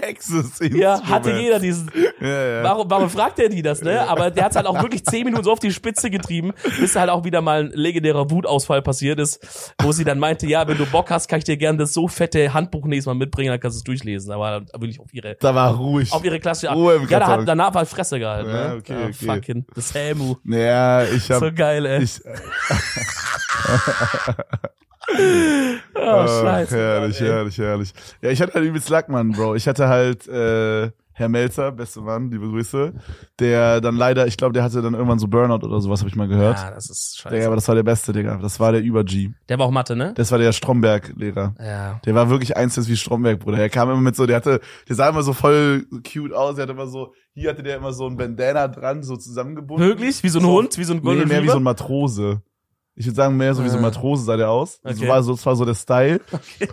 Texas Ja, hatte jeder diesen. Ja, ja. Warum, warum fragt er die das, ne? Aber der hat halt auch wirklich zehn Minuten so auf die Spitze getrieben, bis halt auch wieder mal ein legendärer Wutausfall passiert ist, wo sie dann meinte, ja, wenn du Bock hast, kann ich dir gerne das so fette Handbuch nächstes Mal mitbringen, dann kannst du es durchlesen. Aber da will ich auf ihre Da war ruhig. auf ihre klassische Art. Ruhe im ja, da Karton. hat danach war Fresse gehalten. Ja, ne? okay, Ah, okay. Fucking das Helmu. Naja, ich hab, So geil, ey. ich, oh, Ach, scheiße. herrlich, Mann, ey. herrlich, herrlich. Ja, ich hatte halt übelst Lack, Mann, Bro. Ich hatte halt äh, Herr Melzer, beste Mann, liebe Grüße, der dann leider, ich glaube, der hatte dann irgendwann so Burnout oder sowas, habe ich mal gehört. Ja, das ist scheiße. Digga, aber das war der Beste, Digga. Das war der Über-G. Der war auch Mathe, ne? Das war der Stromberg-Lehrer. Ja. Der war wirklich eins wie Stromberg, Bruder. Er kam immer mit so, der hatte, der sah immer so voll cute aus. Er hatte immer so, hier hatte der immer so ein Bandana dran, so zusammengebunden. Wirklich? Wie so ein So. Hund? Wie so ein Nee, Golden mehr wie so Retriever? ein Matrose. Ich würde sagen, mehr so wie so ein Ah. Matrose sah der aus. Okay. So war so, das war so der Style.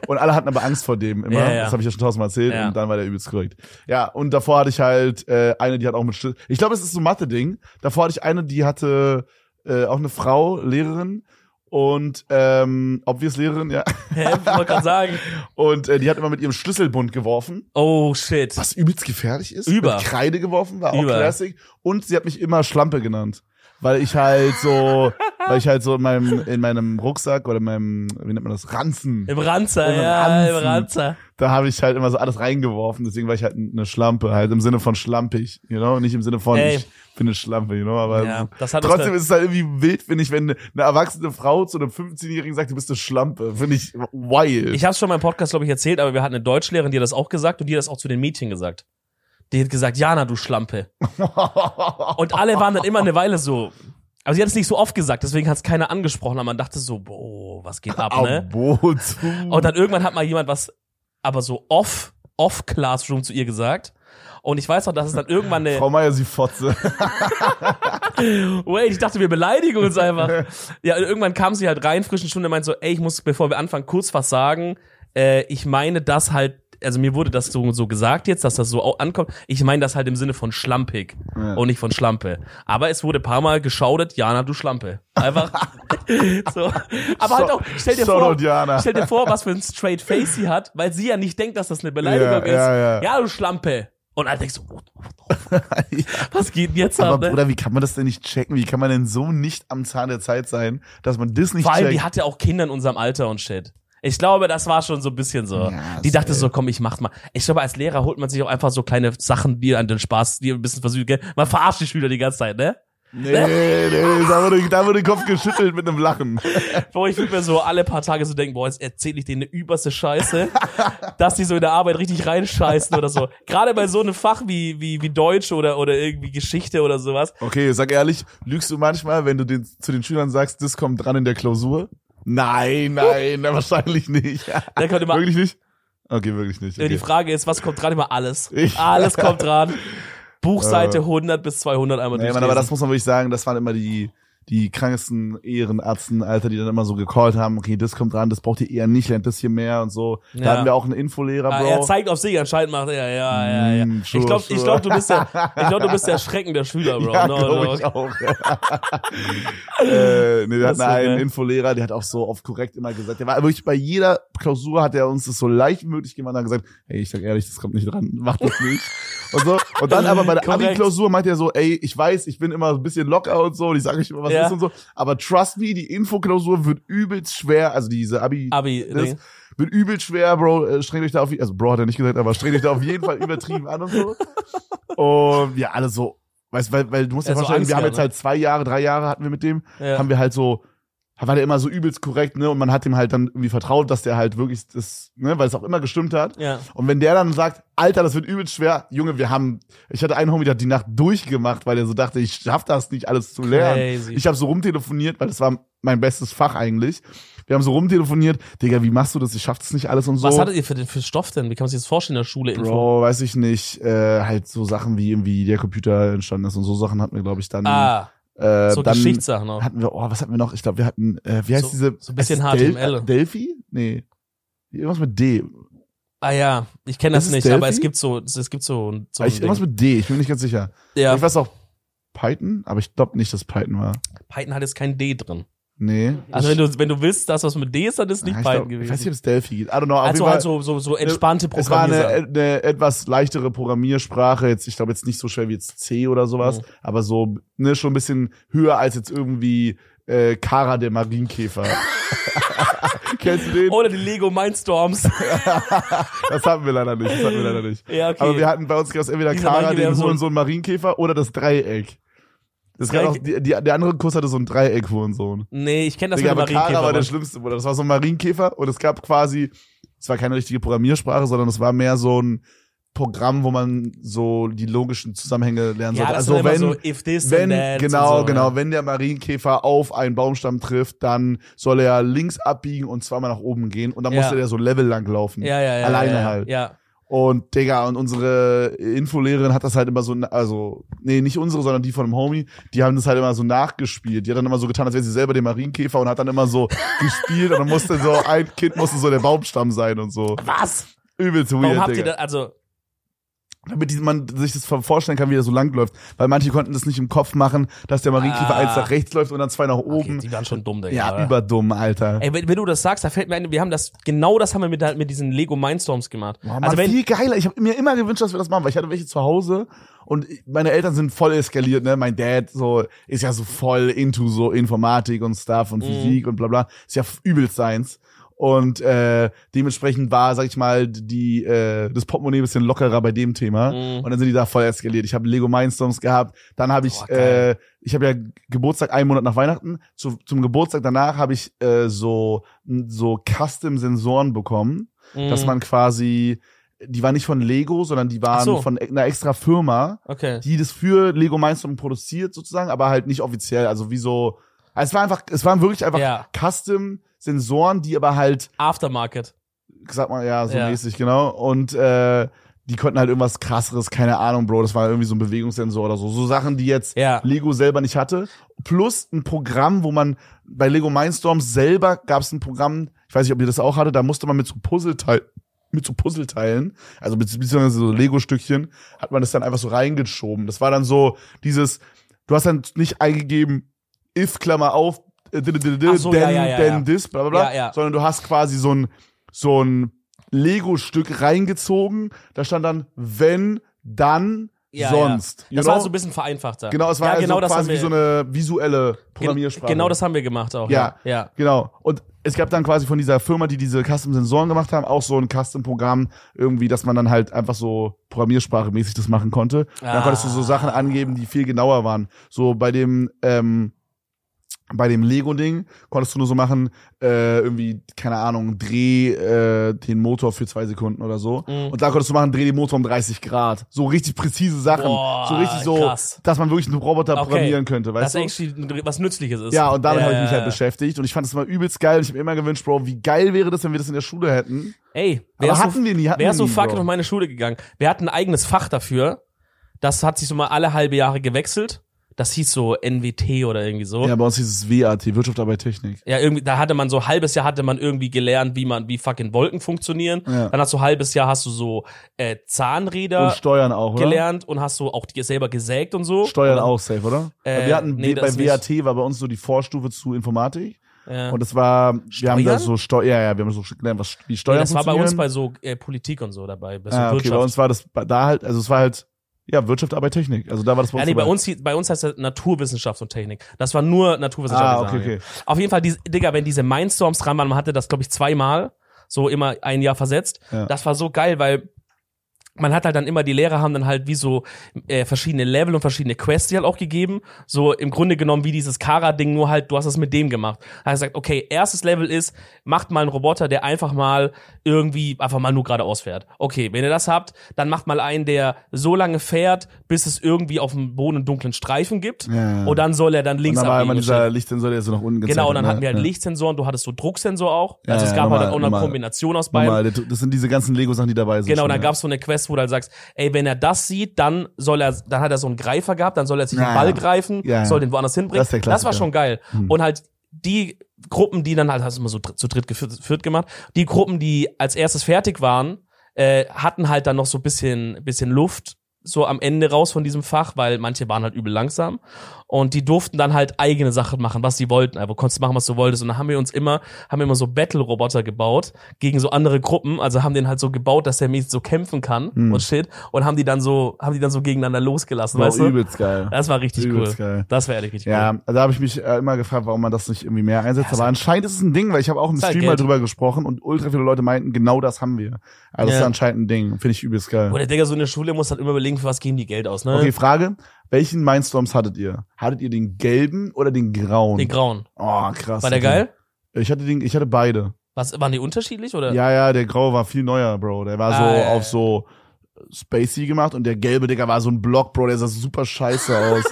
Und alle hatten aber Angst vor dem immer. Ja, ja. Das habe ich ja schon tausendmal erzählt. Ja. Und dann war der übelst korrekt. Ja, und davor hatte ich halt äh, eine, die hat auch mit Schlüssel. Ich glaube, es ist so ein Mathe-Ding. Davor hatte ich eine, die hatte äh, auch eine Frau, Lehrerin. Und ähm, obvious Lehrerin, ja. Hä? Ich wollte gerade sagen. Und äh, die hat immer mit ihrem Schlüsselbund geworfen, Oh, shit. was übelst gefährlich ist. Über. Mit Kreide geworfen, war auch Über. Classic. Und sie hat mich immer Schlampe genannt. Weil ich halt so, weil ich halt so in meinem, in meinem Rucksack oder in meinem, wie nennt man das, Ranzen. Im Ranzer, Im ja, Ranzen. im Ranzer. Da habe ich halt immer so alles reingeworfen, deswegen war ich halt eine Schlampe, halt im Sinne von schlampig, you know? Nicht im Sinne von, Ey. ich bin eine Schlampe, you know? Aber Ja, es- das hat was trotzdem mit- ist es halt irgendwie wild, finde ich, wenn eine erwachsene Frau zu einem 15-Jährigen sagt, du bist eine Schlampe. Finde ich wild. Ich habe schon mal im Podcast, glaube ich, erzählt, aber wir hatten eine Deutschlehrerin, die hat das auch gesagt und die hat das auch zu den Mädchen gesagt. Die hat gesagt, Jana, du Schlampe. Und alle waren dann immer eine Weile so. Aber sie hat es nicht so oft gesagt, deswegen hat es keiner angesprochen, aber man dachte so, boah, was geht ab, ne? Abo zu. Und dann irgendwann hat mal jemand was, aber so off, off Classroom zu ihr gesagt. Und ich weiß noch, dass es dann irgendwann eine. Frau Meier, sie Fotze. Wait, Oh, ich dachte, wir beleidigen uns einfach. ja, und irgendwann kam sie halt rein, frischen Stunde, meint so, ey, ich muss, bevor wir anfangen, kurz was sagen. Äh, ich meine das halt, also mir wurde das so, so gesagt jetzt, dass das so au- ankommt. Ich meine das halt im Sinne von schlampig Ja. und nicht von Schlampe. Aber es wurde paar Mal geschaudet, Jana, du Schlampe. Einfach so. Aber halt So- auch, stell dir Shoutout vor, Jana. stell dir vor, was für ein straight face sie hat, weil sie ja nicht denkt, dass das eine Beleidigung Ja, ja, ist. ja. du Schlampe. Und alle denken so, what- was geht denn jetzt ab? Aber ne? Bruder, wie kann man das denn nicht checken? Wie kann man denn so nicht am Zahn der Zeit sein, dass man das nicht Vor allem, die checkt? hatte auch Kinder in unserem Alter und shit. Ich glaube, das war schon so ein bisschen so. Ja, die dachte safe. so, komm, ich mach mal. Ich glaube, als Lehrer holt man sich auch einfach so kleine Sachen, die an den Spaß, die ein bisschen versüßen, gell? Man verarscht die Schüler die ganze Zeit, ne? Nee, nee, nee, da wurde, da wurde der Kopf geschüttelt mit einem Lachen. Bro, ich würde mir so alle paar Tage so denken, boah, jetzt erzähle ich denen eine übelste Scheiße, dass die so in der Arbeit richtig reinscheißen oder so. Gerade bei so einem Fach wie, wie, wie Deutsch oder, oder irgendwie Geschichte oder sowas. Okay, sag ehrlich, lügst du manchmal, wenn du den, zu den Schülern sagst, das kommt dran in der Klausur? Nein, nein, na, wahrscheinlich nicht. Da kommt immer, Wirklich nicht? Okay, wirklich nicht. Äh, die Okay. Frage ist, was kommt dran? Immer alles. Ich- Alles kommt dran. Buchseite 100 bis 200 einmal Nee, Mann, durchlesen. aber das muss man wirklich sagen, das waren immer die, die krankesten Ehrenärzten, Alter, die dann immer so gecallt haben, okay, das kommt dran, das braucht ihr eher nicht, lernt das hier mehr und so. Ja. Da hatten wir auch einen Infolehrer, Ah, Bro. er zeigt auf sich, anscheinend macht er, ja, ja, ja. Mm, ich sure, glaube, ich sure. glaub, du bist der, ich glaub, du bist der Schrecken der Schüler, Bro. ja, no, glaub no. ich auch. äh, nee, wir Das ist hatten so einen geil. Infolehrer, der hat auch so oft korrekt immer gesagt, der war wirklich bei jeder Klausur hat er uns das so leicht wie möglich gemacht und hat gesagt, hey, ich sag ehrlich, das kommt nicht dran, mach das nicht. und so. Und dann aber bei der Korrekt. Abi-Klausur meint er so, ey, ich weiß, ich bin immer ein bisschen locker und so, und ich sage euch immer, was Ja. ist und so, aber trust me, die Infoklausur wird übelst schwer, also diese Abi, Abi, das Ding. wird übel schwer, Bro. äh, Streng dich da auf, also Bro hat er nicht gesagt, aber streng dich da auf jeden Fall übertrieben an und so. Und ja, alle so, weißt, weil, weil du musst dir Ja, so vorstellen, Angst wir haben ja, jetzt ne? halt zwei Jahre, drei Jahre hatten wir mit dem, Ja. haben wir halt so, war der immer so übelst korrekt, ne? Und man hat ihm halt dann irgendwie vertraut, dass der halt wirklich das, ne, weil es auch immer gestimmt hat. ja. Und wenn der dann sagt, Alter, das wird übelst schwer, Junge, wir haben, ich hatte einen Homie, der hat die Nacht durchgemacht, weil er so dachte, ich schaff das nicht, alles zu lernen. Crazy. Ich habe so rumtelefoniert, weil das war mein bestes Fach eigentlich. Wir haben so rumtelefoniert, Digga, wie machst du das? Ich schaff das nicht alles und so. Was hattet ihr für den für Stoff denn? Wie kann man sich das vorstellen in der Schule? Info? Bro, weiß ich nicht, äh, halt so Sachen wie irgendwie der Computer entstanden ist und so Sachen hatten wir, glaube ich, dann. Ah, äh, so dann Geschichtssachen auch. hatten wir, oh, was hatten wir noch? Ich glaube, wir hatten, äh, wie heißt So- diese? so ein bisschen heißt es HTML. Del Delphi? Nee. Irgendwas mit D. Ah ja, ich kenne das Ist es nicht, Delphi? aber es gibt so, es gibt so, ein- so ein ich, irgendwas Ding. mit D, ich bin mir nicht ganz sicher. Ja, Ich weiß auch Python, aber ich glaube nicht, dass Python war. Python hat jetzt kein D drin. Nee. Also wenn du, wenn du willst, das was mit D ist, dann ist nicht ich Python glaub, gewesen. Ich weiß nicht, ob es Delphi geht. I don't know. auf also jeden halt Fall- Äh, so, so, so entspannte Es war eine, Programmierung. eine etwas leichtere Programmiersprache, jetzt, ich glaube jetzt nicht so schwer wie jetzt C oder sowas, Mhm. aber so, ne, schon ein bisschen höher als jetzt irgendwie äh, Kara der Marienkäfer. Kennst du den? Oder die Lego Mindstorms. Das hatten wir leider nicht, das hatten wir leider nicht. ja, okay. Aber wir hatten bei uns gab's entweder Dieser Kara, Marienkäfer, wir den haben so ein- Hurensohn Marienkäfer oder das Dreieck. Das gab auch, Dreieck- die, die, der andere Kurs hatte so ein Dreieck Hurensohn. nee, ich kenne das Digga, mit aber dem Marienkäfer. Kara war der Mann. schlimmste, Bruder. Das war so ein Marienkäfer und es gab quasi, es war keine richtige Programmiersprache, sondern es war mehr so ein Programm, wo man so die logischen Zusammenhänge lernen sollte. Ja, das Also ist immer wenn, so, if this wenn, and that genau, und so, ne? genau, wenn der Marienkäfer auf einen Baumstamm trifft, dann soll er links abbiegen und zweimal nach oben gehen und dann Ja. musste der so Level lang laufen. Ja, ja, ja. Alleine ja, ja. halt. Ja. Und Digga, und unsere Infolehrerin hat das halt immer so, also, nee, nicht unsere, sondern die von einem Homie, die haben das halt immer so nachgespielt. Die hat dann immer so getan, als wäre sie selber der Marienkäfer und hat dann immer so gespielt und dann musste so, ein Kind musste so der Baumstamm sein und so. Was? Übelst weird, Warum habt Digga. ihr das? Also, Damit die- man sich das vorstellen kann, wie der so lang läuft. Weil manche konnten das nicht im Kopf machen, dass der Marienkäfer Ah. eins nach rechts läuft und dann zwei nach okay, oben. die waren schon dumm, Digga. ja, oder? überdumm, Alter. Ey, wenn, wenn du das sagst, da fällt mir ein, wir haben das, genau das haben wir mit, der- mit diesen Lego Mindstorms gemacht. Boah, Mann, also wenn, viel geiler. Ich habe mir immer gewünscht, dass wir das machen, weil ich hatte welche zu Hause und meine Eltern sind voll eskaliert, ne? Mein Dad so ist ja so voll into so Informatik und Stuff Mhm. und Physik und bla bla. Ist ja übelst seins. Und äh, dementsprechend war, sag ich mal, die äh, das Portemonnaie ein bisschen lockerer bei dem Thema. Mhm. Und dann sind die da voll eskaliert. Ich habe Lego Mindstorms gehabt. Dann habe ich, Boah, äh, geil. ich habe ja Geburtstag einen Monat nach Weihnachten. Zu, zum Geburtstag danach habe ich äh, so so Custom Sensoren bekommen mh, dass man quasi, die waren nicht von Lego, sondern die waren Mhm. Ach so. von einer extra Firma, okay. die das für Lego Mindstorm produziert sozusagen, aber halt nicht offiziell. Also wie so, also es war einfach, es waren wirklich einfach Ja. Custom Sensoren, die aber halt, Aftermarket. sag mal, ja, so Ja. mäßig, genau. Und äh, die konnten halt irgendwas krasseres, keine Ahnung, Bro, das war irgendwie so ein Bewegungssensor oder so. So Sachen, die jetzt Ja. Lego selber nicht hatte. Plus ein Programm, wo man bei Lego Mindstorms selber gab es ein Programm, ich weiß nicht, ob ihr das auch hatte, da musste man mit so Puzzleteilen, mit so Puzzleteilen, also be- beziehungsweise so Lego-Stückchen, hat man das dann einfach so reingeschoben. Das war dann so dieses, du hast dann nicht eingegeben, if Klammer auf, äh, d- d- d- d- Ach so, then, ja, ja, ja, then ja. this, bla bla bla, Ja, ja. sondern du hast quasi so ein, so ein Lego-Stück reingezogen, da stand dann, wenn, dann, ja, sonst. Ja. Das you war know? so ein bisschen vereinfachter. Genau, es war ja, also genau das haben quasi wir, wie so eine visuelle gen- Programmiersprache. Genau das haben wir gemacht auch. Ja. ja. Genau. Und es gab dann quasi von dieser Firma, die diese Custom-Sensoren gemacht haben, auch so ein Custom-Programm irgendwie, dass man dann halt einfach so programmiersprachemäßig das machen konnte. Und Ah. Dann konntest du so Sachen angeben, die viel genauer waren. So bei dem, ähm, bei dem Lego-Ding konntest du nur so machen, äh, irgendwie, keine Ahnung, dreh äh, den Motor für zwei Sekunden oder so. Mhm. Und da konntest du machen, dreh den Motor um 30 Grad. So richtig präzise Sachen. Boah, so richtig so, krass. dass man wirklich einen Roboter Okay. programmieren könnte, weißt Das du? ist eigentlich was Nützliches ist. Ja, und damit habe ich mich Äh, halt beschäftigt und ich fand es immer übelst geil. Ich habe immer gewünscht, Bro, wie geil wäre das, wenn wir das in der Schule hätten. Ey, Aber wärst hatten du, wir nie, hatten wärst wir du nie, fucking Bro. auf meine Schule gegangen. Wir hatten ein eigenes Fach dafür. Das hat sich so mal alle halbe Jahre gewechselt. Das hieß so NWT oder irgendwie so. Ja, bei uns hieß es WAT, Wirtschaft, Arbeit, Technik. Ja, irgendwie, da hatte man so halbes Jahr hatte man irgendwie gelernt, wie man, wie fucking Wolken funktionieren. Ja. Dann hast du halbes Jahr hast du so äh, Zahnräder Und Steuern auch, oder? gelernt und hast so auch die selber gesägt und so. Steuern Oder- auch safe, oder? Äh, Weil wir hatten nee, bei das nicht. WAT war bei uns so die Vorstufe zu Informatik Ja. und das war wir haben da Steuern? so Steuer ja, ja, wir haben so gelernt, was wie nee, Steuern das war bei uns funktionieren. bei so äh, Politik und so dabei, bei so ah, okay, Wirtschaft. bei uns war das da halt, also es war halt ja, Wirtschaft, Arbeit, Technik. Also da war das bei ja, uns. nee, bei dabei. uns, hie- bei uns heißt das Naturwissenschaft und Technik. Das war nur Naturwissenschaft. Ah, die Sache. okay, okay. Auf jeden Fall, diese, Digga, wenn diese Mindstorms dran waren, man hatte das, glaube ich, zweimal, so immer ein Jahr versetzt. Ja. Das war so geil, weil man hat halt dann immer, die Lehrer haben dann halt wie so äh, verschiedene Level und verschiedene Quests die halt auch gegeben. So im Grunde genommen wie dieses Kara-Ding, nur halt, du hast es mit dem gemacht. Da hat er gesagt, okay, erstes Level ist, macht mal einen Roboter, der einfach mal irgendwie, einfach mal nur geradeaus fährt. Okay, wenn ihr das habt, dann macht mal einen, der so lange fährt, bis es irgendwie auf dem Boden einen dunklen Streifen gibt. Ja. Und dann soll er dann Und links dann war abbiegen. immer und dieser Lichtsensor, der so nach unten gezeigt Genau, und dann hat, hatten wir halt ne? Lichtsensoren, du hattest so Drucksensor auch. Ja, also es ja, gab halt normal, auch noch eine normal. Kombination aus beiden. Nochmal, das sind diese ganzen Lego-Sachen, die dabei sind. schon, Genau, und ja. dann gab's so eine Quest, wo du halt sagst, ey, wenn er das sieht, dann soll er, dann hat er so einen Greifer gehabt, dann soll er sich Ja, den Ball ja. greifen, Ja, ja. soll den woanders hinbringen. Das ist der Klassiker. Hm. war schon geil. Und halt die Gruppen, die dann halt, hast du immer so dr- zu dritt geführt führt gemacht, die Gruppen, die als erstes fertig waren, äh, hatten halt dann noch so ein bisschen, bisschen Luft so am Ende raus von diesem Fach, weil manche waren halt übel langsam und die durften dann halt eigene Sachen machen, was sie wollten. Aber konntest machen, was du wolltest. Und dann haben wir uns immer, haben wir immer so Battle-Roboter gebaut gegen so andere Gruppen. Also haben den halt so gebaut, dass der mäßig so kämpfen kann und shit. Und haben die dann so, haben die dann so gegeneinander losgelassen, Hm. War weißt du? übelst geil. Das war richtig Übelst cool. geil. Das war ehrlich richtig Ja, cool. also da habe ich mich äh, immer gefragt, warum man das nicht irgendwie mehr einsetzt. Aber anscheinend ist es ein Ding, weil ich habe auch im Ist halt Stream Geld. mal drüber gesprochen und ultra viele Leute meinten, genau das haben wir. Also das Ja. ist anscheinend ein Ding. Finde ich übelst geil. Oder Digga, so in der Schule muss halt immer überlegen, für was geben die Geld aus, ne? Okay, Frage. Welchen Mindstorms hattet ihr? Hattet ihr den gelben oder den grauen? Den grauen. Oh, krass. War der okay. geil? Ich hatte den, ich hatte beide. Was, waren die unterschiedlich oder? Ja, ja, der graue war viel neuer, Bro. Der war Ah, so ja, ja. auf so spacey gemacht und der gelbe, Digga, war so ein Block, Bro. Der sah super scheiße aus.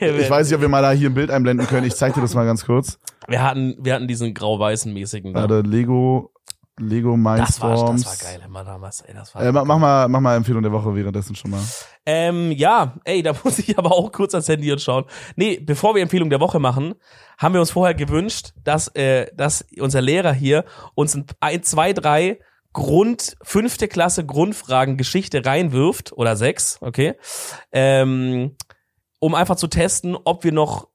Ich weiß nicht, ob wir mal da hier ein Bild einblenden können. Ich zeig dir das mal ganz kurz. Wir hatten, wir hatten diesen grau-weißen mäßigen. Da da. hatte Lego, Lego Genau. Das war, Mindstorms. das war geil, immer damals. Ey, das war Äh, ma- mach mal, mach mal Empfehlung der Woche währenddessen schon mal. Ähm, ja, ey, da muss ich aber auch kurz ans Handy und schauen. Nee, bevor wir Empfehlung der Woche machen, haben wir uns vorher gewünscht, dass, äh, dass unser Lehrer hier uns ein, ein zwei, drei Grund, fünfte Klasse Grundfragen Geschichte reinwirft, oder sechs, okay, ähm, um einfach zu testen, ob wir noch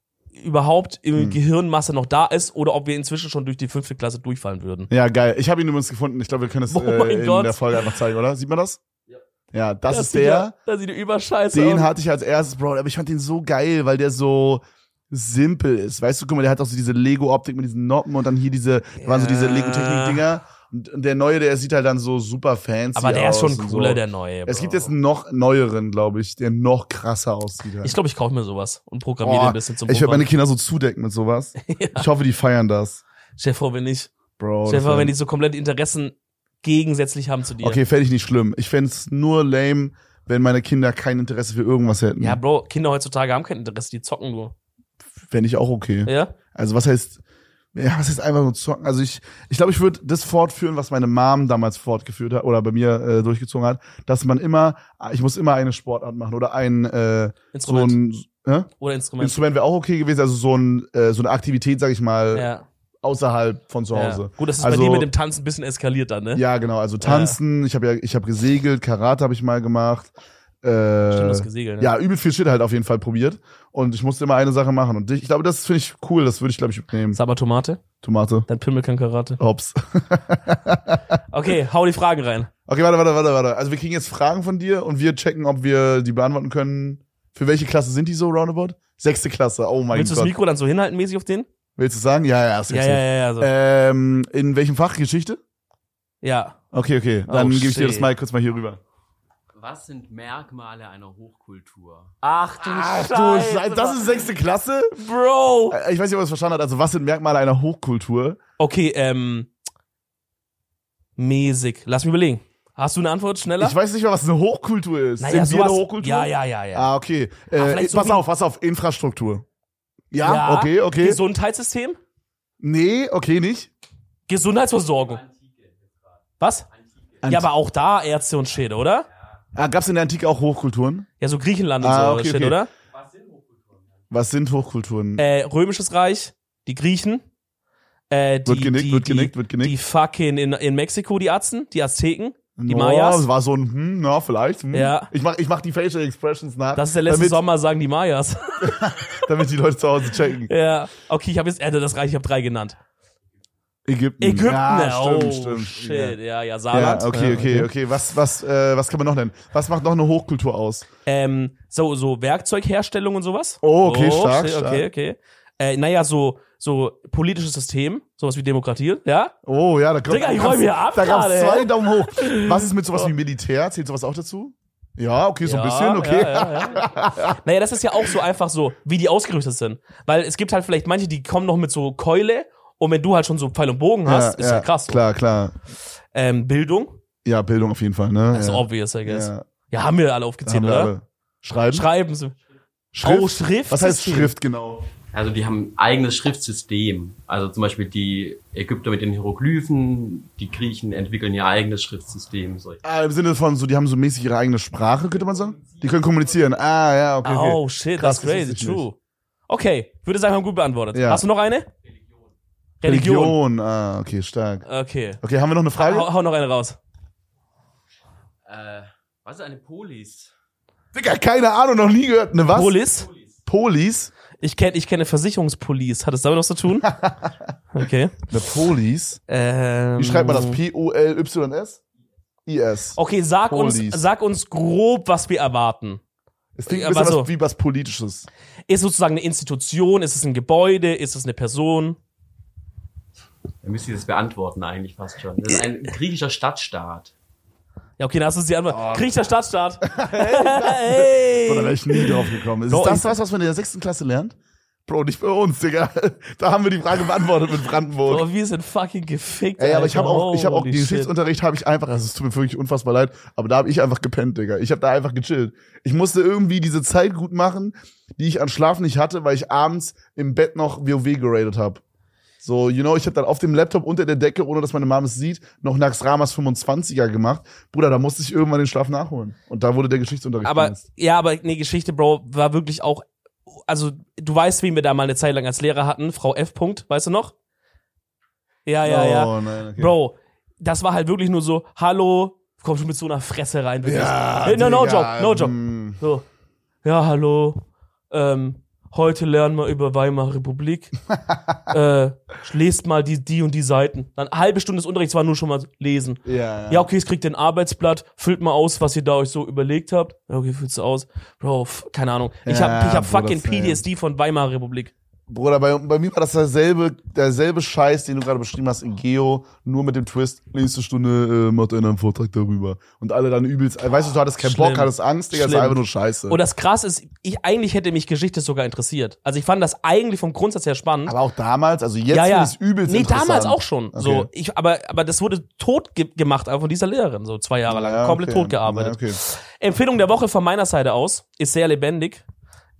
überhaupt im Hm. Gehirnmasse noch da ist oder ob wir inzwischen schon durch die fünfte Klasse durchfallen würden. Ja, geil. Ich habe ihn übrigens gefunden. Ich glaube, wir können es Oh mein äh, in Gott. der Folge einfach zeigen, oder? Sieht man das? Ja. Ja, das, ist sieht der. ja- Das sieht überscheiße Den aus. hatte ich als erstes, Bro. Aber ich fand den so geil, weil der so simpel ist. Weißt du, guck mal, der hat auch so diese Lego-Optik mit diesen Noppen und dann hier diese, da waren so diese Ja. Lego-Technik-Dinger. Und und der neue, der sieht halt dann so super fancy aber der ist aus schon und cooler, so. der neue. Es gibt Bro. jetzt einen noch neueren, glaube ich, der noch krasser aussieht. Ich glaube, ich kaufe mir sowas und programmiere Boah, ein bisschen zum ich werde Puffer. meine Kinder so zudecken mit sowas. Ich hoffe, die feiern das. Stell dir vor, wenn nicht. Bro. Stell dir Oh, das vor, wär- wenn die so komplett Interessen gegensätzlich haben zu dir. Okay, fände ich nicht schlimm. Ich fände es nur lame, wenn meine Kinder kein Interesse für irgendwas hätten. Ja, Bro, Kinder heutzutage haben kein Interesse, die zocken nur. Fände ich auch okay. Ja? Also was heißt, ja, was heißt einfach nur zocken? Also ich, ich glaube, ich würde das fortführen, was meine Mom damals fortgeführt hat oder bei mir äh, durchgezogen hat, dass man immer, ah, ich muss immer eine Sportart machen oder ein, äh, so Instrument. ein äh? Oder Instrument. Instrument wäre auch okay gewesen, also so, ein, äh, so eine Aktivität, sag ich mal, ja. außerhalb von zu Hause. ja. Gut, das ist also, bei dir mit dem Tanzen ein bisschen eskaliert dann, ne? Ja, genau, also tanzen, ich habe ja, ich habe gesegelt, Karate habe ich mal gemacht. Äh, Stimmt, das Gesegel, ne? ja, übel viel Shit halt auf jeden Fall probiert. Und ich musste immer eine Sache machen. Und ich, ich glaube, das finde ich cool. Das würde ich, glaube ich, nehmen. Saber Tomate, Tomate. dann Pimmel kann Karate. Hops. Okay, hau die Fragen rein. Okay, warte, warte, warte, warte. Also wir kriegen jetzt Fragen von dir und wir checken, ob wir die beantworten können. Für welche Klasse sind die so roundabout? Sechste Klasse. Oh mein Willst du Gott. das Mikro dann so hinhalten mäßig auf den? Willst du sagen? Ja, ja, ist Ja, richtig. ja, ja, ja. So. Ähm, in welchem Fach? Geschichte? ja. Okay, okay. Dann Oh, gebe ich dir das shit. mal kurz mal hier rüber. Was sind Merkmale einer Hochkultur? Ach du Du Scheiße, das ist sechste Klasse? Bro. Äh, Ich weiß nicht, ob er es verstanden hat. Also, was sind Merkmale einer Hochkultur? Okay, ähm. Mäßig. Lass mich überlegen. Hast du eine Antwort schneller? Ich weiß nicht mal, was eine Hochkultur ist. sind wir eine Hochkultur? Ja, ja, ja, ja. Ah, okay. Äh, vielleicht so pass wie- auf, pass auf. Infrastruktur. Ja, Ja. okay, okay. Gesundheitssystem? nee, okay, nicht. Gesundheitsversorgung. Was? Ant- ja, aber auch da Ärzte und Shit, oder? Ah, gab es in der Antike auch Hochkulturen? Ja, so Griechenland und Ah, so okay, Shit, okay. oder? Was sind Hochkulturen? Äh, Römisches Reich, die Griechen, äh, die, Wird genickt, die, wird genickt, die, wird genickt. die fucking in, in Mexiko, die Atzen, die Azteken, die No, Mayas. Es war so ein, hm, na, vielleicht. Hm. Ja. Ich mach, ich mach die Facial Expressions nach. Das ist der letzte damit, Sommer, sagen die Mayas. Damit die Leute zu Hause checken. ja. Okay, ich habe jetzt Ende das Reich, ich habe drei genannt. Ägypten. Ägypten, ja, stimmt, oh stimmt. shit, ja, ja, Ja. Saarland. Ja, okay, okay, okay. Was, was, äh, was kann man noch nennen? Was macht noch eine Hochkultur aus? Ähm, so, so Werkzeugherstellung und sowas. Oh, okay, stark, shit, stark. Okay, okay. Äh, naja, so, so politisches System, sowas wie Demokratie, ja? Oh, ja, da kommt. Digga, ich da gab's- räum hier ab Da gab's gerade, zwei hä? Daumen hoch. Was ist mit sowas wie Militär? Zählt sowas auch dazu? Ja, okay, so ein bisschen, okay. Ja, ja, ja. naja, das ist ja auch so einfach so, wie die ausgerüstet sind. Weil es gibt halt vielleicht manche, die kommen noch mit so Keule und wenn du halt schon so Pfeil und Bogen hast, ist ja, krass. So. Klar, klar. Ähm, Bildung, Ja, Bildung auf jeden Fall, ne? das ist ja. obvious, I guess. Ja, Ja, haben wir alle da aufgezählt, haben wir oder? alle. Schreiben? Schreiben sie. Schrift? Oh, Schrift. Was heißt Schrift genau? Also die haben ein eigenes Schriftsystem. Also zum Beispiel die Ägypter mit den Hieroglyphen, die Griechen entwickeln ihr eigenes Schriftsystem. So. Ah, Im Sinne von so, die haben so mäßig ihre eigene Sprache, könnte man sagen? Die können kommunizieren. Ah, ja, okay. okay. Oh shit, Krass, that's das crazy, wusste ich true. Okay, würde sagen, haben gut beantwortet. Ja. Hast du noch eine? Religion. Religion. Religion. Ah. Ah, okay, stark. Okay. Okay, haben wir noch eine Frage? Hau, hau noch eine raus. Äh, was ist eine Polis? Digga, keine Ahnung, noch nie gehört. Ne was? Polis? Polis? Ich kenne ich kenne Versicherungspolice. Hat es damit was zu tun? Okay. Ne Polis? Ähm, Wie schreibt man das? P-O-L-Y-S? I-S. Okay, sag Police. uns, sag uns grob, was wir erwarten. Es klingt ein aber bisschen so. was, wie was Politisches. Ist sozusagen eine Institution, ist es ein Gebäude, ist es eine Person? Da müsst ihr das beantworten eigentlich fast schon. Das ist ein griechischer Stadtstaat. Ja, okay, dann hast du die Antwort. Oh. Griechischer Stadtstaat. hey. Oder wäre ich nie drauf gekommen. Ist Doch, das ich- was, was man in der sechsten Klasse lernt? Bro, nicht bei uns, Digga. Da haben wir die Frage beantwortet mit Brandenburg. Boah, Oh, wir sind fucking gefickt. Ey, aber ich Alter. habe auch, ich hab auch Holy den shit. Geschichtsunterricht habe ich einfach, also es tut mir wirklich unfassbar leid, aber da habe ich einfach gepennt, Digga. Ich habe da einfach gechillt. Ich musste irgendwie diese Zeit gut machen, die ich an Schlaf nicht hatte, weil ich abends im Bett noch WoW geradet habe. So, you know, ich habe dann auf dem Laptop unter der Decke, ohne dass meine Mom es sieht, noch Nax Ramas 25er gemacht. Bruder, da musste ich irgendwann den Schlaf nachholen. Und da wurde der Geschichtsunterricht. Aber, benutzt. ja, aber nee, Geschichte, Bro, war wirklich auch, also, du weißt, wen wir da mal eine Zeit lang als Lehrer hatten, Frau F. Punkt, weißt du noch? Ja, ja, ja. Oh, nein, okay. Bro, das war halt wirklich nur so, hallo, komm schon mit so einer Fresse rein. wirklich. Ja, Hey, no, no Digga, joke, no joke. mm. So, ja, hallo, ähm, heute lernen wir über Weimarer Republik. äh, lest mal die, die und die Seiten. Dann eine halbe Stunde des Unterrichts war nur schon mal lesen. Ja, Ja, okay, jetzt kriegt ihr ein Arbeitsblatt, füllt mal aus, was ihr da euch so überlegt habt. Ja, okay, füllst du aus. Bro, f- keine Ahnung. Ich hab, Ja, ich hab Bruder, fucking same. PTSD von Weimarer Republik. Bruder, bei, bei mir war das derselbe, derselbe Scheiß, den du gerade beschrieben hast in Geo, nur mit dem Twist, nächste Stunde äh, macht einer einen Vortrag darüber. Und alle dann übelst, äh, weißt du, du hattest keinen Schlimm. Bock, hattest Angst, Digga, das war Schlimm. einfach nur Scheiße. Und das krass ist, ich eigentlich hätte mich Geschichte sogar interessiert. Also ich fand das eigentlich vom Grundsatz her spannend. aber auch damals, also jetzt ja, ja. finde ich übelst nee, interessant. damals auch schon. So, Okay. ich, aber, aber das wurde tot ge gemacht, einfach von dieser Lehrerin, so zwei Jahre lang. Ja, Komplett okay. tot gearbeitet. Ja, okay. Empfehlung der Woche von meiner Seite aus, ist sehr lebendig.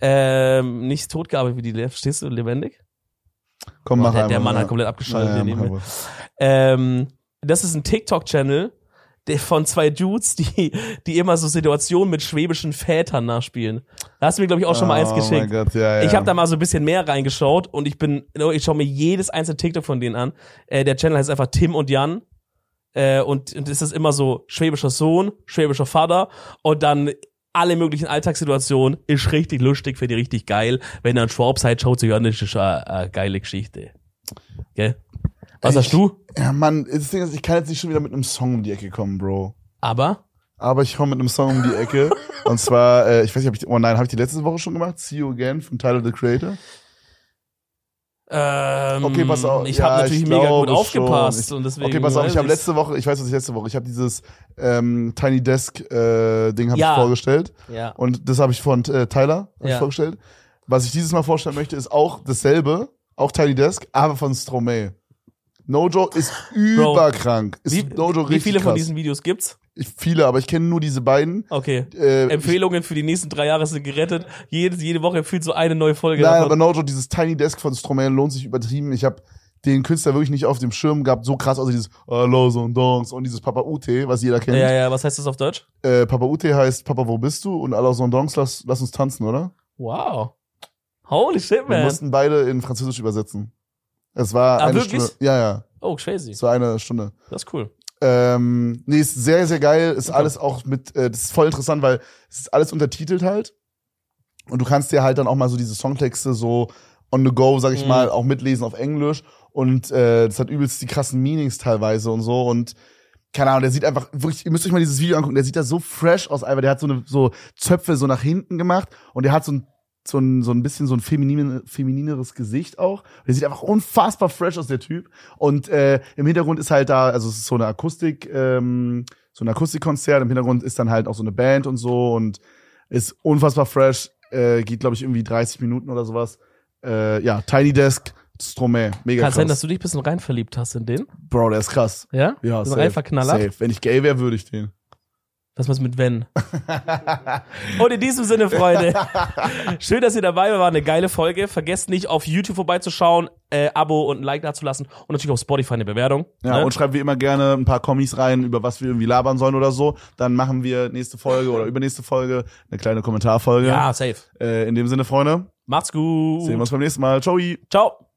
Ähm, nicht tot gearbeitet wie die Lehrerin, verstehst du, lebendig? Komm, mach der, einfach. der Mann ja. hat komplett abgeschaltet. Ja, ja, den mach nehmen wir. einfach. Ähm, das ist ein TikTok-Channel der- von zwei Dudes, die, die immer so Situationen mit schwäbischen Vätern nachspielen. Da hast du mir, glaube ich, auch schon mal eins Oh mein geschickt. Gott, ja, ja. Ich habe da mal so ein bisschen mehr reingeschaut und ich bin, oh, ich schaue mir jedes einzelne TikTok von denen an. Äh, der Channel heißt einfach Tim und Jan. Äh, und, und es ist immer so schwäbischer Sohn, schwäbischer Vater und dann alle möglichen Alltagssituationen. Ist richtig lustig, finde ich richtig geil. Wenn ihr an Schwab seid, schaut euch an, das ist eine, eine geile Geschichte. Gell? Was Ich- hast du? Also Ja, Mann, das Ding ist, ich kann jetzt nicht schon wieder mit einem Song um die Ecke kommen, Bro. Aber Aber ich komme mit einem Song um die Ecke. und zwar, äh, ich weiß nicht, ob ich, oh nein, habe ich die letzte Woche schon gemacht? See You Again von Tyler the Creator. ähm, Okay, pass auf. ich Ja, habe natürlich ich mega gut glaube aufgepasst schon. und deswegen ne, okay, pass auf, weiß ich habe ich's. letzte Woche, ich weiß, was ich letzte Woche, ich habe dieses ähm, Tiny Desk äh, Ding habe Ja. ich vorgestellt. ja. Und das habe ich von äh, Tyler hab Ja. ich vorgestellt. Was ich dieses Mal vorstellen möchte, ist auch dasselbe, auch Tiny Desk, aber von Stromae. Nojo ist überkrank. Ist Wie, Nojo richtig wie viele krass. von diesen Videos gibt's? Ich, viele, aber ich kenne nur diese beiden. Okay. Äh, Empfehlungen für die nächsten drei Jahre sind gerettet. Jede, jede Woche empfiehlt so eine neue Folge. ich, nein, aber davon. Nojo, dieses Tiny Desk von Stromae lohnt sich übertrieben. Ich habe den Künstler wirklich nicht auf dem Schirm gehabt, so krass, also dieses Hello, so und Dongs und dieses Papa Ute, was jeder kennt. ja, ja, was heißt das auf Deutsch? Äh, Papa Ute heißt Papa, wo bist du? Und Allah Sondongs, lass, lass uns tanzen, oder? Wow. Holy shit, Wir man. mussten beide in Französisch übersetzen. Es war Ah, eine wirklich? Stunde. Ja, ja. Oh, crazy. Es war eine Stunde. Das ist cool. Ähm, nee, ist sehr, sehr geil. Ist alles auch mit, äh, das ist voll interessant, weil es ist alles untertitelt halt. Und du kannst dir halt dann auch mal so diese Songtexte so on the go, sag ich Mhm. mal, auch mitlesen auf Englisch. Und äh, das hat übelst die krassen Meanings teilweise und so. Und keine Ahnung, der sieht einfach wirklich, ihr müsst euch mal dieses Video angucken, der sieht da so fresh aus, einfach. Der hat so eine so Zöpfe so nach hinten gemacht und der hat so ein so ein, so ein bisschen so ein feminin, feminineres Gesicht auch. Der sieht einfach unfassbar fresh aus, der Typ. Und äh, im Hintergrund ist halt da, also es ist so eine Akustik, ähm, so ein Akustikkonzert. Im Hintergrund ist dann halt auch so eine Band und so und ist unfassbar fresh. Äh, geht, glaube ich, irgendwie 30 Minuten oder sowas. Äh, ja, Tiny Desk, Stromae, mega Kann krass. sein, dass du dich ein bisschen rein verliebt hast in den. Bro, der ist krass. Ja? Ja, Bist du rein verknallert. safe. Wenn ich gay wäre, würde ich den. Was machst du mit wenn? Und in diesem Sinne, Freunde, schön, dass ihr dabei wart. War eine geile Folge. Vergesst nicht, auf YouTube vorbeizuschauen, äh, Abo und ein Like dazulassen und natürlich auf Spotify eine Bewertung. Ja, ne? und schreibt wie immer gerne ein paar Kommis rein, über was wir irgendwie labern sollen oder so. Dann machen wir nächste Folge oder übernächste Folge eine kleine Kommentarfolge. ja, safe. Äh, in dem Sinne, Freunde, Macht's gut. sehen wir uns beim nächsten Mal. Ciao. Ciao.